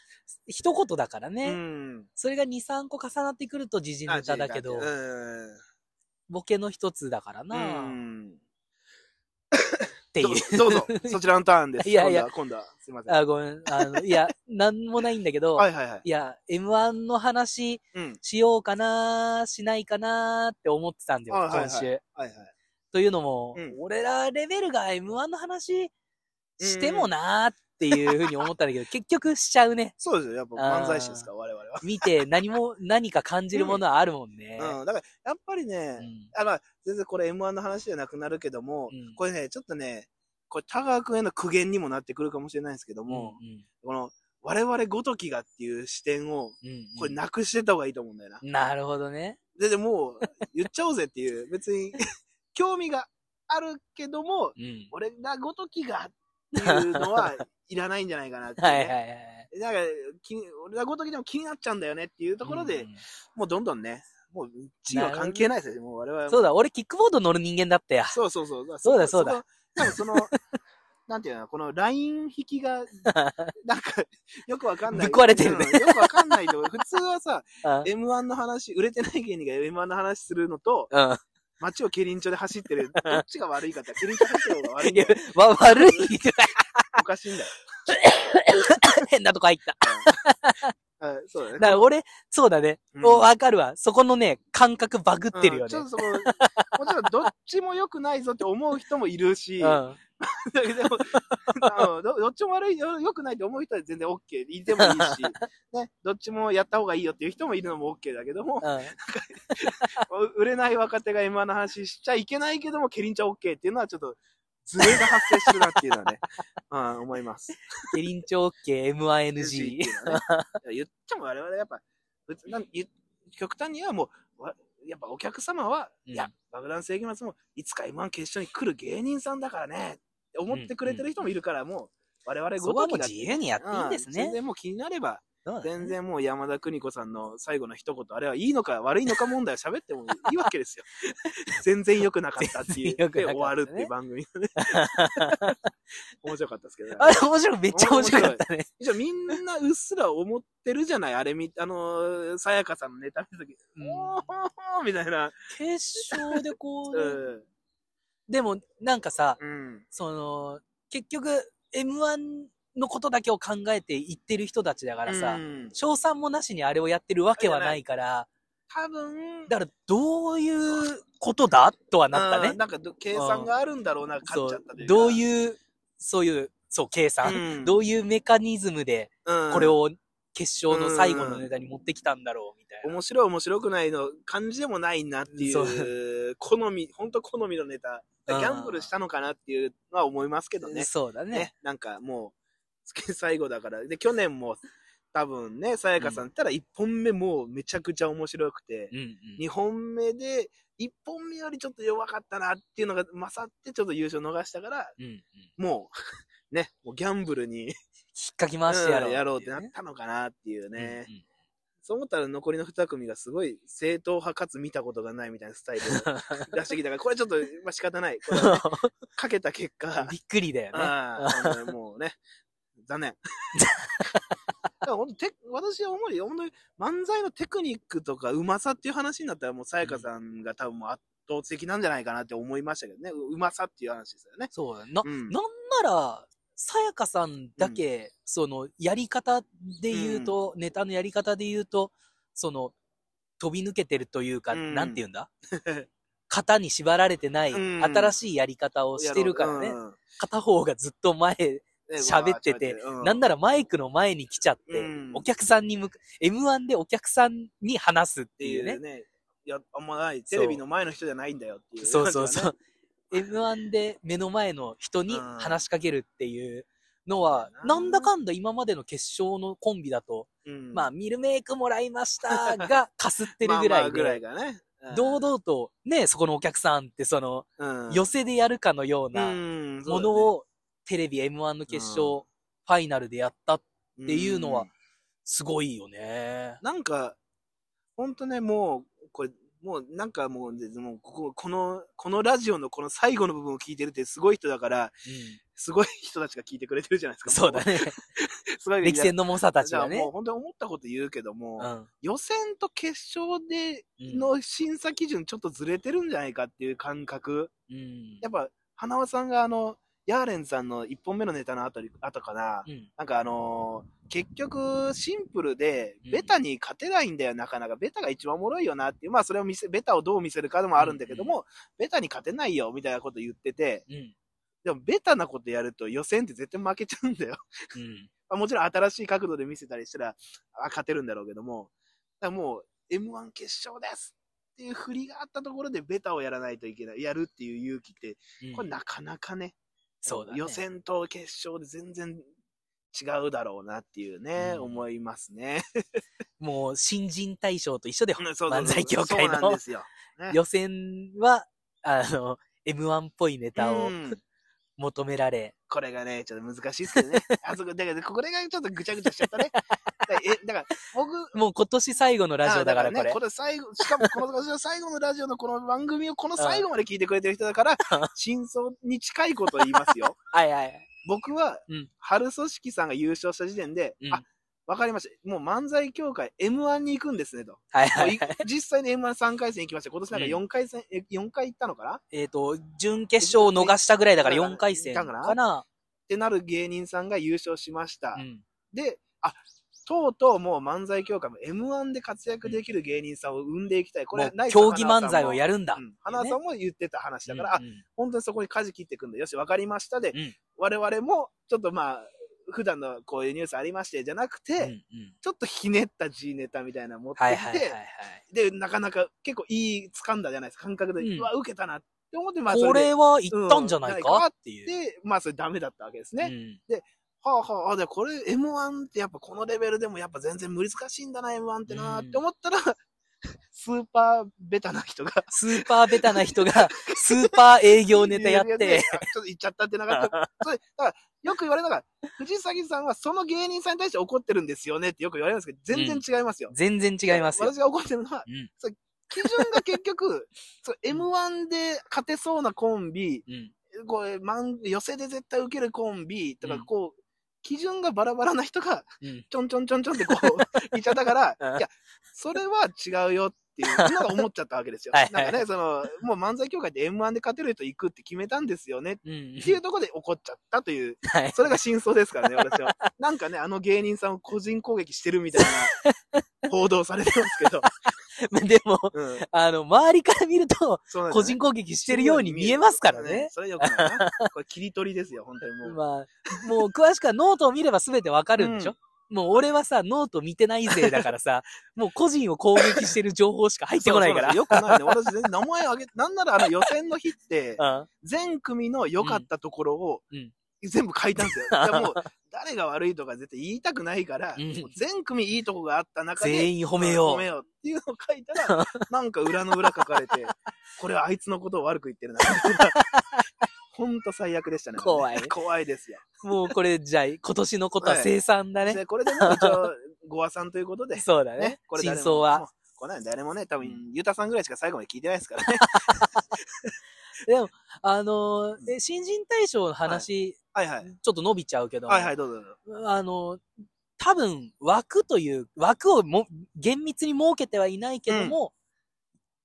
一言だからね。うん。それが2、3個重なってくると時事ネタだけどあ時、事ボケの一つだからなんてうなっん。うん。ていう。どうぞ、どうぞそちらのターンです。いやいや今度は、今度は、すいません。 *laughs* あ、ごめん。あの、いや、なんもないんだけど、はいはいはい。いや、M1 の話うん。しようかな、しないかなって思ってたんだよ、あはいはい今週。はいはい。というのも、うん俺らレベルが M1 の話してもなーっていうふうに思ったんだ *laughs* けど、結局しちゃうね。そうですよ。やっぱ漫才師ですから、我々は。見て何も、何か感じるものはあるもんね。うん。だから、やっぱりね、うんあ、まあ、全然これ M1 の話じゃなくなるけども、うんこれね、ちょっとね、これ、田川君への苦言にもなってくるかもしれないんですけどうんも、この、我々ごときがっていう視点を、うんうんこれなくしてた方がいいと思うんだよな。なるほどね。で、でもう、言っちゃおうぜっていう、別に、 *laughs* 興味があるけども、うん。俺がごときがっていうのは、いらないんじゃないかなって、ね。はいはいはい。なんか、気に俺がごときでも気になっちゃうんだよねっていうところで、うんもうどんどんね、もう地位は関係ないですよ。もう我々は *laughs* そうだ、俺キックボード乗る人間だったや。そうそうそう。そうだそうだこ。でもその、 *laughs* なんていうの、このライン引きが、なんか、よくわかんない。ぶっ壊れてるねうんよくわかんないとこ。普通はさ、うん。 M1 の話、売れてない芸人が M1 の話するのと、うん。街をケリンチョで走って *laughs* る、どっちが悪いかって、ケリンチョ走ってる方が悪いんいだやよ。、わ、悪い。おかしいんだよ。変なとこ入った。あそうだねだ。から俺、そうだね。うんお、わかるわ。そこのね、感覚バグってるようんちねょっ。とその、もちろんどっちも良くないぞって思う人もいるし、うん。だけどでもあのど、どっちも悪い、よ良くないって思う人は全然 OK、いてもいいし、ね、どっちもやった方がいいよっていう人もいるのも OK だけど *laughs* も、うん。売れない若手が M1 の話しちゃいけないけども、ケリンちゃ OK っていうのはちょっと、ズレが発生してるなっていうのはね、うん、思います。ケリンチョ OK、 NG っ *laughs* MING て。いうのはね言っても我々やっぱ、別になん言極端にはもう、わやっぱお客様は、うんいや、爆弾世紀末もいつか M1 決勝に来る芸人さんだからね、って思ってくれてる人もいるから、もう、我々そごこはときもうが自由にやっていいん *laughs* ですう全ね。然もう気になれば、そうだね全。然もう山田邦子さんの最後の一言、あれはいいのか悪いのか問題は喋ってもいいわけ *laughs* ですよ。全然良くなかったっていう。全然良くなで、かったね終わるっていう番 *laughs* 組のね。面白かったですけどね。あれ面白い、めっちゃ面白かったね。じゃあみんなうっすら思ってるじゃない *laughs* あれみ、あのーさやかさんのネタ見たとき、うんおー *laughs* みたいな。決勝でこうう、ん。でもなんかさ、うん。その、結局、M1 のことだけを考えて言ってる人たちだからさ、うん賞賛もなしにあれをやってるわけはないから、多分、だからどういうことだとはなったうねん。なんかど計算があるんだろうな、買っちゃったというかどうういう、そういう、そう、計算、ん、どういうメカニズムで、うんこれを決勝の最後のネタに持ってきたんだろう、みたいな。面白い面白くないの感じでもないなってそいう、好み、本当好みのネタ。ギうんャンブルしたのかなっていうのは思いますけどね。そうだね。ね、なんかもう、最後だから。で、去年も多分ね、さやかさんったら1本目もうめちゃくちゃ面白くて、うんうん2本目で1本目よりちょっと弱かったなっていうのが勝ってちょっと優勝逃したから、うんうん。引もう、 *laughs* ね、もうギャンブルに、っかき回してやろううんいね。やろうってなったのかなっていうね。うんうんそう思ったら残りの2組がすごい正統派かつ見たことがないみたいなスタイルを出してきたから、これちょっと、まあ、仕方ない。 *laughs* これはねかけた結 *laughs* 果、びっくりだよね。ああ、ほんとにもうね、残 *laughs* 念。だからほんとて私は思うよ、本当に漫才のテクニックとかうまさっていう話になったら、もうさやかさんが多分もう圧倒的なんじゃないかなって思いましたけどね、ううまさっていう話ですよね。そうだな、うんなんなら、さやかさんだけ、その、やり方で言うと、ネタのやり方で言うと、その、飛び抜けてるというか、うんなんて言うんだ *laughs* 型に縛られてない、うん新しいやり方をしてるからね。うん片方がずっと前、ね喋っててうなんならマイクの前に来ちゃって、うんお客さんに向か、M1 でお客さんに話すっってていいうねう。ね。いや、あんまない。テレビの前の人じゃないんだよっていう。そうそうそなんう。M1 で目の前の人にうん話しかけるっていうのは、そうだななんだかんだ今までの決勝のコンビだと、かね。うんまあ、ミルメイクもらいまし *laughs* たが、かすってるぐまあらまあいぐらいで、がね。うん堂々と、ね、そこのお客さんってその、うん寄せでやるかのようなうんものを、テレビ M1 の決うん勝、ファイナルでやった、っていうのはすごいよね。なんか、ほんとね、もう、これ、もうなんかもうね、もうここ、この、このラジオのこの最後の部分を聞いてるってすごい人だから、すごい人たちが聞いてくれてる *laughs* じゃないですか。そうだね。すごい。歴戦の猛者たちじゃがあもねう。本当に思ったこと言うけども、うん予選と決勝でうんの審査基準ちょっとずれてるんじゃないかっていう感覚。うんやっぱ、花輪さんがあの、ヤーレンさんの1本目のネタのあたり、あとかな、うんなんかあのー結局、シンプルでうん、ベタに勝てないんだよ、なかなか。ベタが一番おもろいよなっていう。まあ、それを見せ、ベタをどう見せるかでもあるんだけども、ベタに勝てないよ、みたいなこと言ってて、うんでも、ベタなことやると予選って絶対負けちゃうんだよ。 *laughs* うんまあもちろん新しい角度で見せたりしたら、あ勝てるんだろうけども、だからもう、M1 決勝ですっていう振りがあったところで、ベタをやらないといけない、やるっていう勇気って、うんこれなかなかね、そうだね予選と決勝で全然違うだろうなっていうね、うん思いますね。 *laughs* もう新人大賞と一緒だよ。そうそう漫才協会のそうなんですよ。ね予選は、あの、M1 っぽいネタうをん求められ。これがね、ちょっと難しいっすよね。 *laughs* あそこ、だから、これがちょっとぐちゃぐちゃしちゃったね。だ *laughs* からえ、だから、僕、もう今年最後のラジオだからあこれね、こ。れ最後、しかもこの私の最後のラジオのこの *laughs* 番組をこの最後まで聞いてくれてる人だから、真相に近いことを言いますよ。はいはい。僕はうん、春組織さんが優勝した時点で、うんあ、わかりました。もう漫才協会 M1 に行くんですね、と。はいもはういい。実際に M13 回戦行きました。今年なんかうん4回戦、え4回行ったのかなっえっ、と、準決勝を逃したぐらいだからうん4回戦かな。だてなる芸人さんが優勝しました。うん。で、あ、とうとうもう漫才協会も M1 で活躍できる芸人さんを生んでいきたい。こもれう、ナイス競技漫才をるやるんだ。花さんも言ってた話だから、あうんうん本当にそこに舵切っていくんだ。よし、わかりましたで、うん我々も、ちょっとまあ、普段のこういうニュースありまして、じゃなくて、うんうんちょっとひねった G ネタみたいなの持ってきはて、いはいはいはい。で、なかなか結構いい掴んだじゃないですか、感覚で、ううんわ、受けたなって思って、まあ、こそれれは行ったんじゃないうんかっていう。で、でまあ、それダメだったわけですね。うんはあはあ、あで、これ M1 ってやっぱこのレベルでもやっぱ全然難しいんだな、M1 ってなうんって思ったら、 *laughs* スーパーベタな人が、スーパーベタな人が、スーパー営業ネタや *laughs* っいやいやて、あちょっと言っちゃったってなか *laughs* った。それ、だから、よく言われながら、藤崎さんはその芸人さんに対して怒ってるんですよねってよく言われるんですけど、全然違いますよ。全然違いますよ。私が怒ってるのは、うんそう基準が結 *laughs* 局、そう M1 で勝てそうなコンビ、うん。こう、まん、寄せで絶対受けるコンビとか、うんこう、基準がバラバラな人が、うん。ちょんちょんちょんちょんってこ *laughs* う、いっちゃったからうん、いや、それは違うよっていうのが思っちゃったわけですよ。はいはいなんかね、その、もう漫才協会って M1 で勝てる人行くって決めたんですよねっうんていうところで怒っちゃったという、はい。それが真相ですからね、 *laughs* 私は。なんかね、あの芸人さんを個人攻撃してるみたいな報道されてますけど、 *laughs* でも、うん。あの、周りから見ると、そうなんですよね個人攻撃してるように見えますからね。そうだそれよくないな。これ切り取りですよ、本当にもう。まあ、もう詳しくはノートを見れば全てわかるんでしょ、もう俺はさ、ノート見てない勢だか *laughs* らさ、もう個人を攻撃してる情報しか *laughs* 入ってこないから。そうそうなんですよよくないね。私全然名前あげ、なんならあの予選の日っ *laughs* て、全組の良かったところをうん、全部書いたん *laughs* ですよ。だからもう、誰が悪いとか絶対言いたくないから、うんもう全組いいとこがあったうん中で、全員褒めよ褒うめ。ようっていうのを書いた *laughs* ら、なんか裏の裏書かれて、これはあいつのことを悪く言ってる *laughs* な。ほんと最悪でしたね。怖い怖いですよ。もうこれ、じゃあ、今年のことは生産だね。でこれでも一応、ご和さんということで、そうだ *laughs* ね。これ真誰も相は。。こんなの誰もね、多う分、ゆたさんぐらいしか最後まで聞いてないですから *laughs* ね。あのーえ新人大賞の話、はいはい。ちょっと伸びちゃうけど、はいはい、どうぞどうぞ。あのー多分、枠という、枠をも厳密に設けてはいないけども、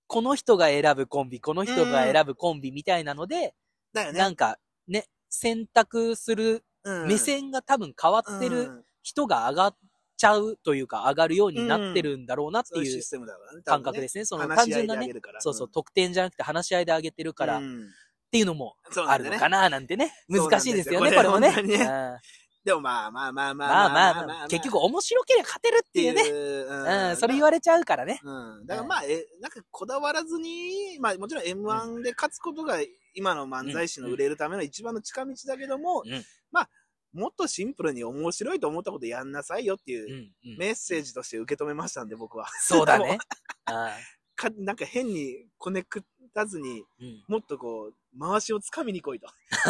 この人が選ぶコンビ、この人が選ぶコンビみたいなので、だよね。なんかね、選択するうん目線が多分変わってうるん人が上がっちゃうというか、上がるようになってるんだろうなってそういういシうステムだからね。。感覚ですすね。その単話し合純いでなあねげ、るから。そうそう、得点じゃなくて話し合いで上げてるからっうんていうのもそうなあんるだのねかななんてね。そうなんですよ難しいですよね、これこれもね。本当にねうんでもまあまあまあままああまあまあ、結局面白ければ勝てるっていうね。ううんん、それ言われちゃうからね。うん。だからまあ、え、なんかこだわらずに、まあもちろん M1 で勝つことが今の漫才師の売れるための一番の近道だけどもうん、まあ、もっとシンプルに面白いと思ったことやんなさいよってういうんうんメッセージとして受け止めましたんで、僕は。 *laughs* そうだも *laughs* ね。あか、なんか変にこねくったずに、ーうんもっとこう、回しをつかみに *laughs* 来いと。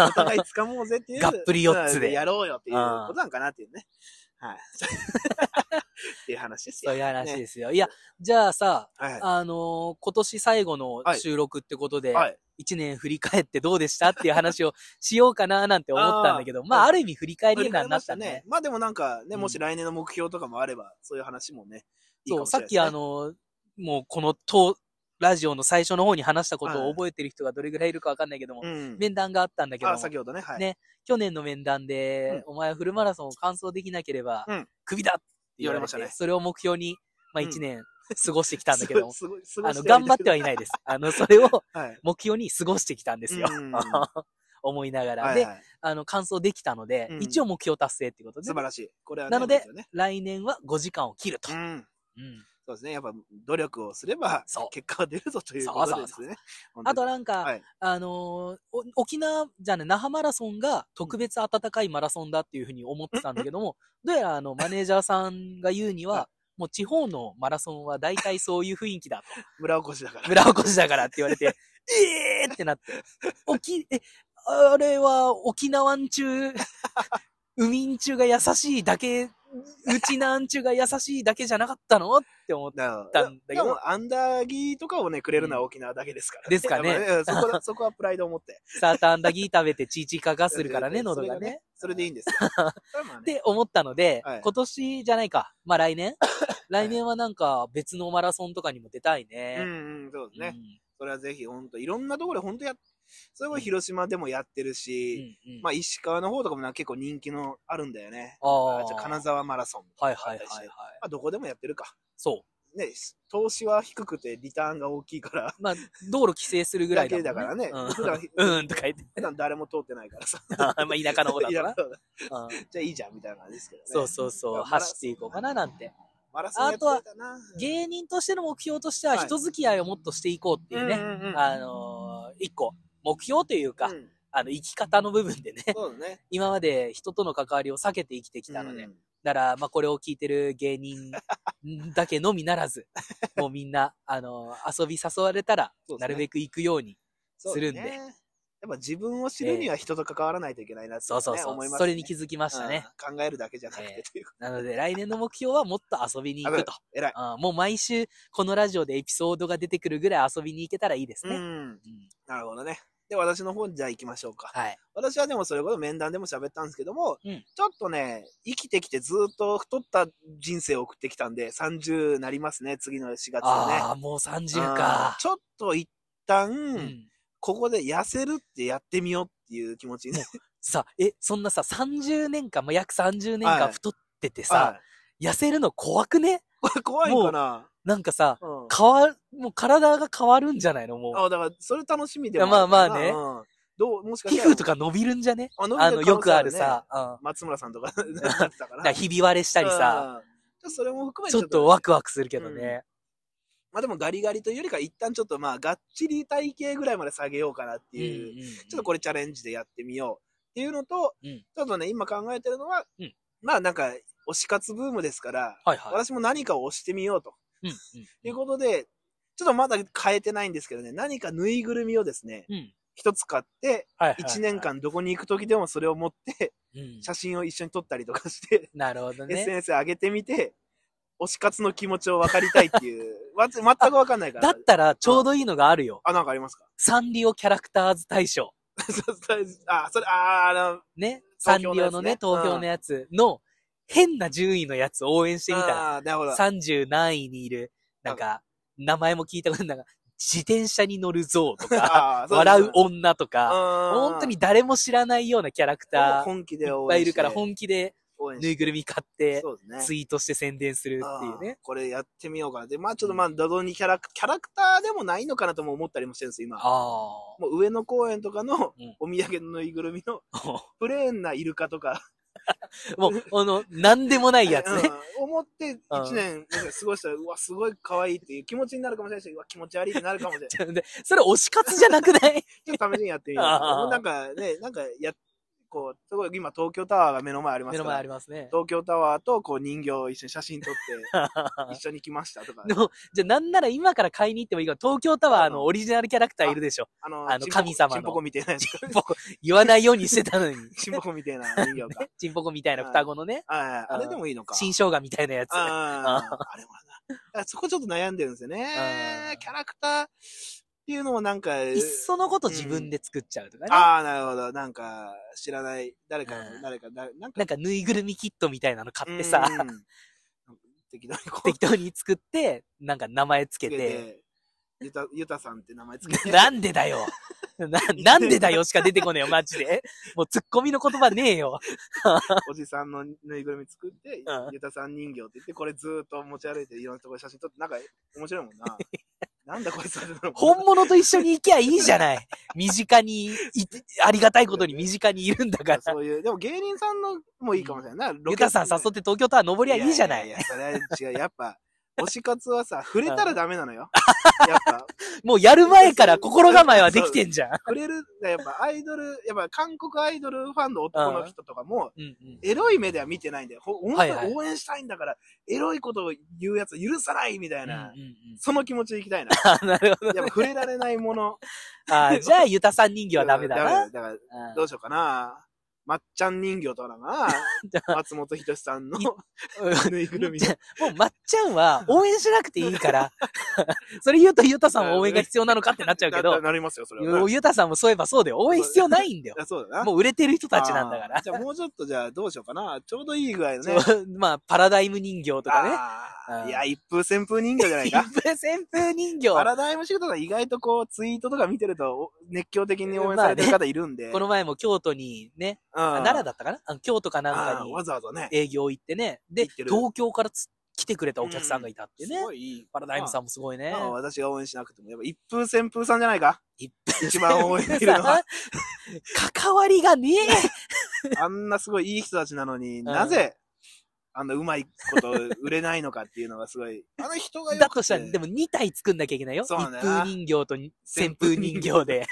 お互いつかもうぜっていう。がっぷり四つでうんやろうよっていうああことなんかなっていうね。 *laughs* はい。っていう話ですそよ。ういう話ねですよ。いや、じゃあさ、はいはい。あのー今年最後の収録ってことで、はい。一年振り返ってどうでしたっていう話をしようかななんて思ったんだけど、まあ、はいある意味振り返りにはなった振り返りまね。まあでもなんかね、うんもし来年の目標とかもあれば、そういう話もね、いいかそもう、しされっないですねきあ、の、もうこの当ラジオの最初の方に話したことを覚えてる人がどれぐらいいるかわかんないけども、うん。面談があったんだけどあ、も、先ほどね、はい。ね去年の面談で、お前はフルマラソンを完走できなければ、うんクビだって言言われてわれましたねそれを目標に、まあうん一年 *laughs* 過ごしてきたんだけ *laughs* ども、すごい、すごい。あの、頑張ってははいないです。*laughs* あの、それをい。はい。目標に過ごしてきたんですよ。うん *laughs* 思いながら。はいで、はいあの、完走できたので、うん一応目標達成っていうことで素、晴らしい。これはねなのでいいすよね来年は5時間を切ると。うん。うんそうですね。やっぱ努力をすればそう、結果は出るぞということそでうそうすそうね。本当にあとなんか、はい。あのーお沖縄じゃね、那覇マラソンが特別暖かいマラソンだっていうふうに思ってたんだけども、どうやらあの、マネージャーさんが言うにはは、もう地方のマラソンは大体そういう雰囲気だと。村おこしだから。村おこしだからって言われ *laughs* て、えーってなって。沖、え、あ *laughs* れは沖縄ん中、海ん中が優しいだけうちなんちゅが優しいだけじゃなかったのって思っだかたらんだでけども、アンダーギーとかをね、くれるのは沖縄だけですから、ですかねやっぱうんそこだそこはプライドを持 *laughs* って。サーターアンダギー食べてチーチーカカするからね、そ喉れがね。。それでいいんです *laughs* よ。それはまあっねて思ったので、はい今年じゃないか。まあ *laughs* 来年来年はなんか別のマラソンとかにも出たいうんね。うん、そうですうね。んそれはぜひ、ほんと、いろんなところでほんとやっ、それこそ広島でもやってるし、うんうんまあ、石川の方とかもなんか結構人気のあるんだよね。あーじゃあ金沢マラソン。はいはいはいはいま。あ、どこでもやってるか。そね、投資は低くてリターンが大きいから、 *laughs* う。まあ、道路規制するぐらいだもん、だけだからねうん普 *laughs* 段うん、うんとか言って。普段誰も通ってないからさ。あーま *laughs* あ、田舎の方だからいやそうだな。うんじゃあいいじゃんみたいな感じですけどね。そうそうそう。走っていこうかななんて。マラソンやってみたな。芸人としての目標としては、はい人付き合いをもっとしていこうっていうね。うんうんうんあのー一個。目標というか、うんあの、生き方の部分でね、そうだね。今まで人との関わりを避けて生きてきたので、うんだから、まあ、これを聞いてる芸人だけのみな *laughs* らず、もうみんな、あの、遊び誘われたらそう、ですなねるべく行くように。するんでそうだねやっぱ自分を知るには人と関わらないといけないなって、ねそうそうそう。思いますねそれに気づきましたね。うん考えるだけじゃなくて、えというなので、来年の目標はもっと遊びに行くと。偉い。あもう毎週、このラジオでエピソードが出てくるぐらい遊びに行けたらいいですね。うん。うんなるほどね。で、私の方にじゃあ行きましょうか。はい。私はでもそれこそ面談でも喋ったんですけども、うんちょっとね、生きてきてずっと太った人生を送ってきたんで、30なりますね、次の4月はね。ああ、もう30かうん。ちょっと一旦、うんここで痩せるってやってみようっていう気持ちに、ね、さ、え、そんなさ、30年間、まあ、約30年は間い太っててさ、痩せるの怖くねはい怖いかな。なんかさ、うん変わ、もう体が変わるんじゃないのもう。あだから、それ楽しみでもるまあかまなあうねんどう、もしかし皮たら。膚とか伸びるんじゃねあ、伸びてあ可の、能性よくあるねさ、うん。松村さんとか、なってたかだら。からひび割れしたりうさ、ん。じゃあそれも含めてちょっとワクワクするけどね。まあでもガリガリというよりか一旦ちょっとまあがっちり体型ぐらいまで下げようかなってうんいう、うんうんちょっとこれチャレンジでやってみようっていうのと、うんちょっとね、今考えてるのは、うんまあなんか推し活ブームですから、はいはい。私も何かを推してみようとうんうんいうことで、ちょっとまだ変えてないんですけどね、何かぬいぐるみをですね、うん。一つ買って、はいはいはい一年、間どこに行く時でもそれを持って、うん写真を一緒に撮ったりとかして、なるほどね。 SNS 上げてみて、推し活の気持ちを分かりたいっていう、 *laughs* わ全く分かんないから。だったら、ちょうどいいのがあるよ。あ、なんかありますか *laughs* サンリオキャラクターズ大賞。そうそうあ、それ、あー、あの、ね。サン東リ京のやつねオのね、東京のやつの、変な順位のやつ応援してみたら、あーなるほど。 30何位にいる、なんか、名前も聞いたことない、なんか、自転車に乗る像とか、あーそう笑う女とか、本本当に誰も知らないようなキャラクター、いっ本気で応ぱ援いいるしてから本気で応援ぬしいぐるみ買って、そうですツね。イートして宣伝するっていうあーね。これやってみようかなって。まあちょっとまあ、どどにキャラク、キャラクターでもないのかなとも思ったりもしてるんです、今。あもう上野公園とかのうんお土産のぬいぐるみのあ。プレーンなイルカとか、もう、あの、なんでもないやつね。うん思って一年過ごしたら、うわ、すごい可愛いっていう気持ちになるかもしれないし、うわ、気持ち悪いってなるか *laughs* もしれない。ちでそれ推し活じゃなくないょっと試しにやってみよう。あーもうなんかね、なんかや、こう、すごい今東京タワーが目の前あ *laughs* りま目すのか前あらり、ますね。東京タワーとこう人形を一緒に写真撮 *laughs* って、一緒に来ましたとか、でも、 *laughs* じゃあなんなら今から買いに行ってもいいから、東京タワーのオリジナルキャラクターいるでしょ。あのあの神様チンのポコみたいなや *laughs* つ、僕、言わないようにしてた *laughs* のに。チンポコみたいな人形 *laughs* が。ちんぽこみたいな双子のね、ああれでもいいのか。新生姜みたいなやつ。あああれもな。だからそこちょっと悩んでるんですようねん。キャラクターっていうのもなんか、いっそのこと自分で作っちゃうとかね。ああ、なるほど。なんか、知らない、誰かう、ん誰か、だなんか、なんかぬいぐるみキットみたいなの買ってさ、うん、適当にこう適、当に作って、なんか名前つけつけて、て、ゆた、ゆたさんって名前つけて、 *laughs* なんでだよな、なんでだよしか出てこねえよ、マジで。もうツッコミの言葉ねえよ。おじさんのぬいぐるみ作ってうん、ゆたさん人形って言って、これずーっと持ち歩いて、いろんなところで写真撮って、なんか、面白い *laughs* もんな。なんだこいつは本物と一緒に行きゃいいじゃない。身近にいて、ありがたいことに身近にいるんだかそら。ういう、でも芸人さんのもいいかもしれないな。ロ *laughs* ゆケたさん誘って東京タワー登りゃいいじゃない。やややそれは違う。やっぱ、推し活はさ、触れたらダメなのよ。やっぱ、もうやる前から心構えはできてんじゃん。触れる、やっぱアイドル、やっぱ韓国アイドルファンの男の人とかも、うんうんエロい目では見てないんだよ。ほ本当はいはいに応援したいんだから、エロいことを言うやつ許さないみたいな、うんうんうんその気持ちでいき *laughs* たいな。あなるほどやっぱ触れられないもの。あーじゃあ、ゆたさん人形はダメだな。だから、うんどうしようかな。まっちゃん人形とかだ *laughs* な。松本人志さんのいぬいぐるみ。もう、まっちゃんは応援しなくていいから、 *laughs* それ言うと、ゆたさんは応援が必要なのかってなっちゃうけなどな、なりますよ、それはゆね。ゆたさんもそういえばそうだよ。応援必要ないんだよ。あそうだな。もう売れてる人たちなんだかあらー。じゃあもうちょっとじゃあどうしようかな。ちょうどいい具合のね。そうまあ、パラダイム人形とかね。あうーんいや、一風旋風人形じゃない一か。風旋風人形。パラダイムシフトが意外とこう、ツイートとか見てると、お熱狂的に応援されてる方いるんで。この前も京都にね、あ奈良だだったかなあの京都かなんかにわざわざね。営業行ってね。で、行ってる東京からつ来てくれたお客さんがいたってねす。ごいいい。パラダイムさんもすごいねまあ。まあ私が応援しなくても、やっぱ一風旋風さんじゃないか一一番応援でき *laughs* るのは。関わりがねえ。あんなすごいいい人たちなのに、んなぜ、あんなうまいこと売れないのかっていうのがすごい。あの人がよくてだとしたら、でも2体作んなきゃいけないよ。そうなんだ一よな風人形とに旋風人形で。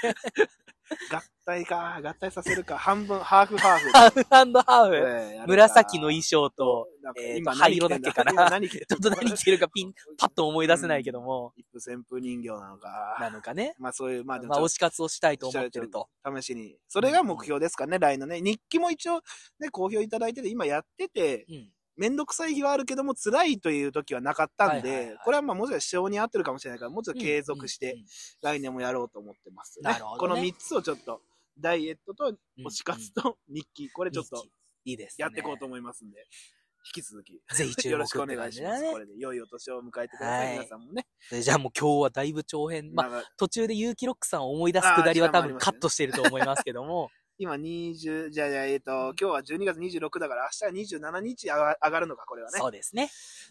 合体か、合体させるか、半分、ハーフハーフ。ハーフハーフ。ええ紫の衣装と、、なんかえー今灰色だっけかな今何着てんだちょっと何着てるかピン、パッと思い出せないけども、一夫旋風人形なのなか。のかね。まあそういう、まあでまあ、も推ちし活をしたいとょっ思ってると。と試しに。それが目標ですかね、来のね。日記も一応ね、好評いただいてて、今やってて、うん。めんどくさい日はあるけども、辛いという時はなかったんはいはいはでい、これはまあもしかしたら性に合ってるかもしれないから、もうちょっと継続しうて、ん来年もやろうと思ってますね。なるほどこねの3つをちょっと、ダイエットとうん推し活と日記、これちょっうんといいですね。やっていこうと思いますんで、引き続き。ぜひ注よ目ろっしくおて願感いじしまだす。ねこ。れで良いお年を迎えてください。はい皆さんもね。でじゃあもう今日はだいぶ長編。まあ、長い途中で結城ロックさんを思い出すくだりは多分カットしてると思いますけども、今20、じゃあ、じゃあえっ、と、今日は12月26だから、明日は27日あが上がるのか、これはね。そうですね。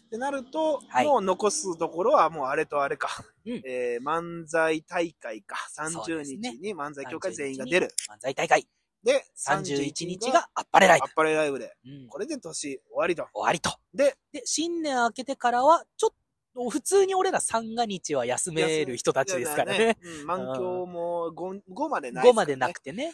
ってなると、はいもう残すところはもうあれとあれか。うんえー漫才大会か。そう30ですね日に漫才協会全員が出る。漫才大会。で、 31日があっぱれライアッパレライブで。ブ。うんこれで年終わりと。終わりと。で、で、新年明けてからは、ちょっと、普通に俺ら三が日は休める人たちですからいやね。。うん満響も 5, 5までない、 5までな。くてね。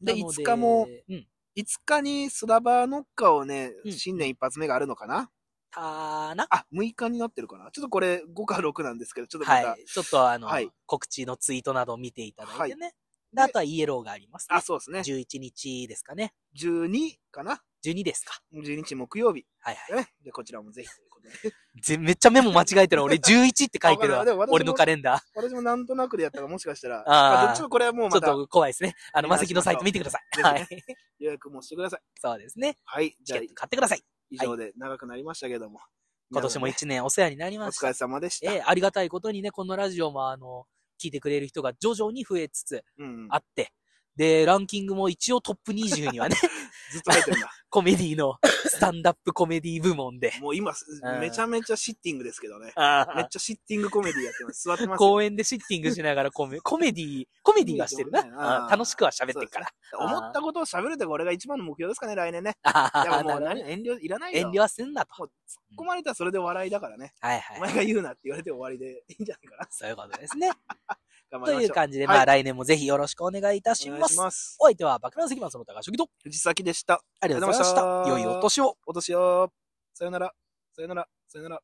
で、なの5日も、、うん。 5日にスラバーノッカーをね、うん新年一発目があるのかなたーな。あ、6日になってるかなちょっとこれ5か6なんですけど、ちょっとまた、はい。ちょっとあの、はい告知のツイートなどを見ていただいてね。で、あとはイエローがありますねあ、。そうですね。 11日ですかね。 12かな12ですか。 ?12 日木曜日。はいはい。ね。で、こちらもぜひということで。ぜめっちゃメモ間違えてる。俺11って書いてるあわでも私。も俺のカレンダー。私もなんとなくでやったから、もしかしたら。あーまどっちもこれはもうまちょったと怖いですね。あの、お願まいしますさきのサイト見てください。はぜい。予約もしてください。そうですね。はい。チじゃケあッ、ト買ってください。以上で長くなりましたけども。今年も1年お世話になり皆ましさんねお疲たれ。様でした。ええありがたいことにね、このラジオもあの、聞いてくれる人が徐々に増えつつうんうん。あって、で、ランキングも一応トップ20にはね、 *laughs* ずっと入ってるん *laughs* だ。コメディの、スタンダップコメディ部門で、もう今、んめちゃめちゃシッティングですけどね。めっあちゃシッティングコメディやってます。座ってますよ。公演でシッティングしながらコ *laughs* メ、コメディ、コメディはしてるいいよねな。ああー楽しくは喋ってるから。思ったことを喋るってこれが一番の目標ですかね、来年ね。あい *laughs* やーもうな何るほど遠慮いらないよ。遠慮はすんなと。もう突っ込まれたらそれで笑いだからね。はいおはい。前が言うなって言われて終わりでいいんじゃないかな。そういうことで *laughs* すね。頑張とりまいしうょう。感じで、はいまあ来年もぜひよろしくお願いいたしお願まいしす。ます。お相手は爆弾関マンその高橋と、藤崎でした。ありがとうございましありがとうございましたた。良いお年を。お年を。さよなら。さよなら。さよなら。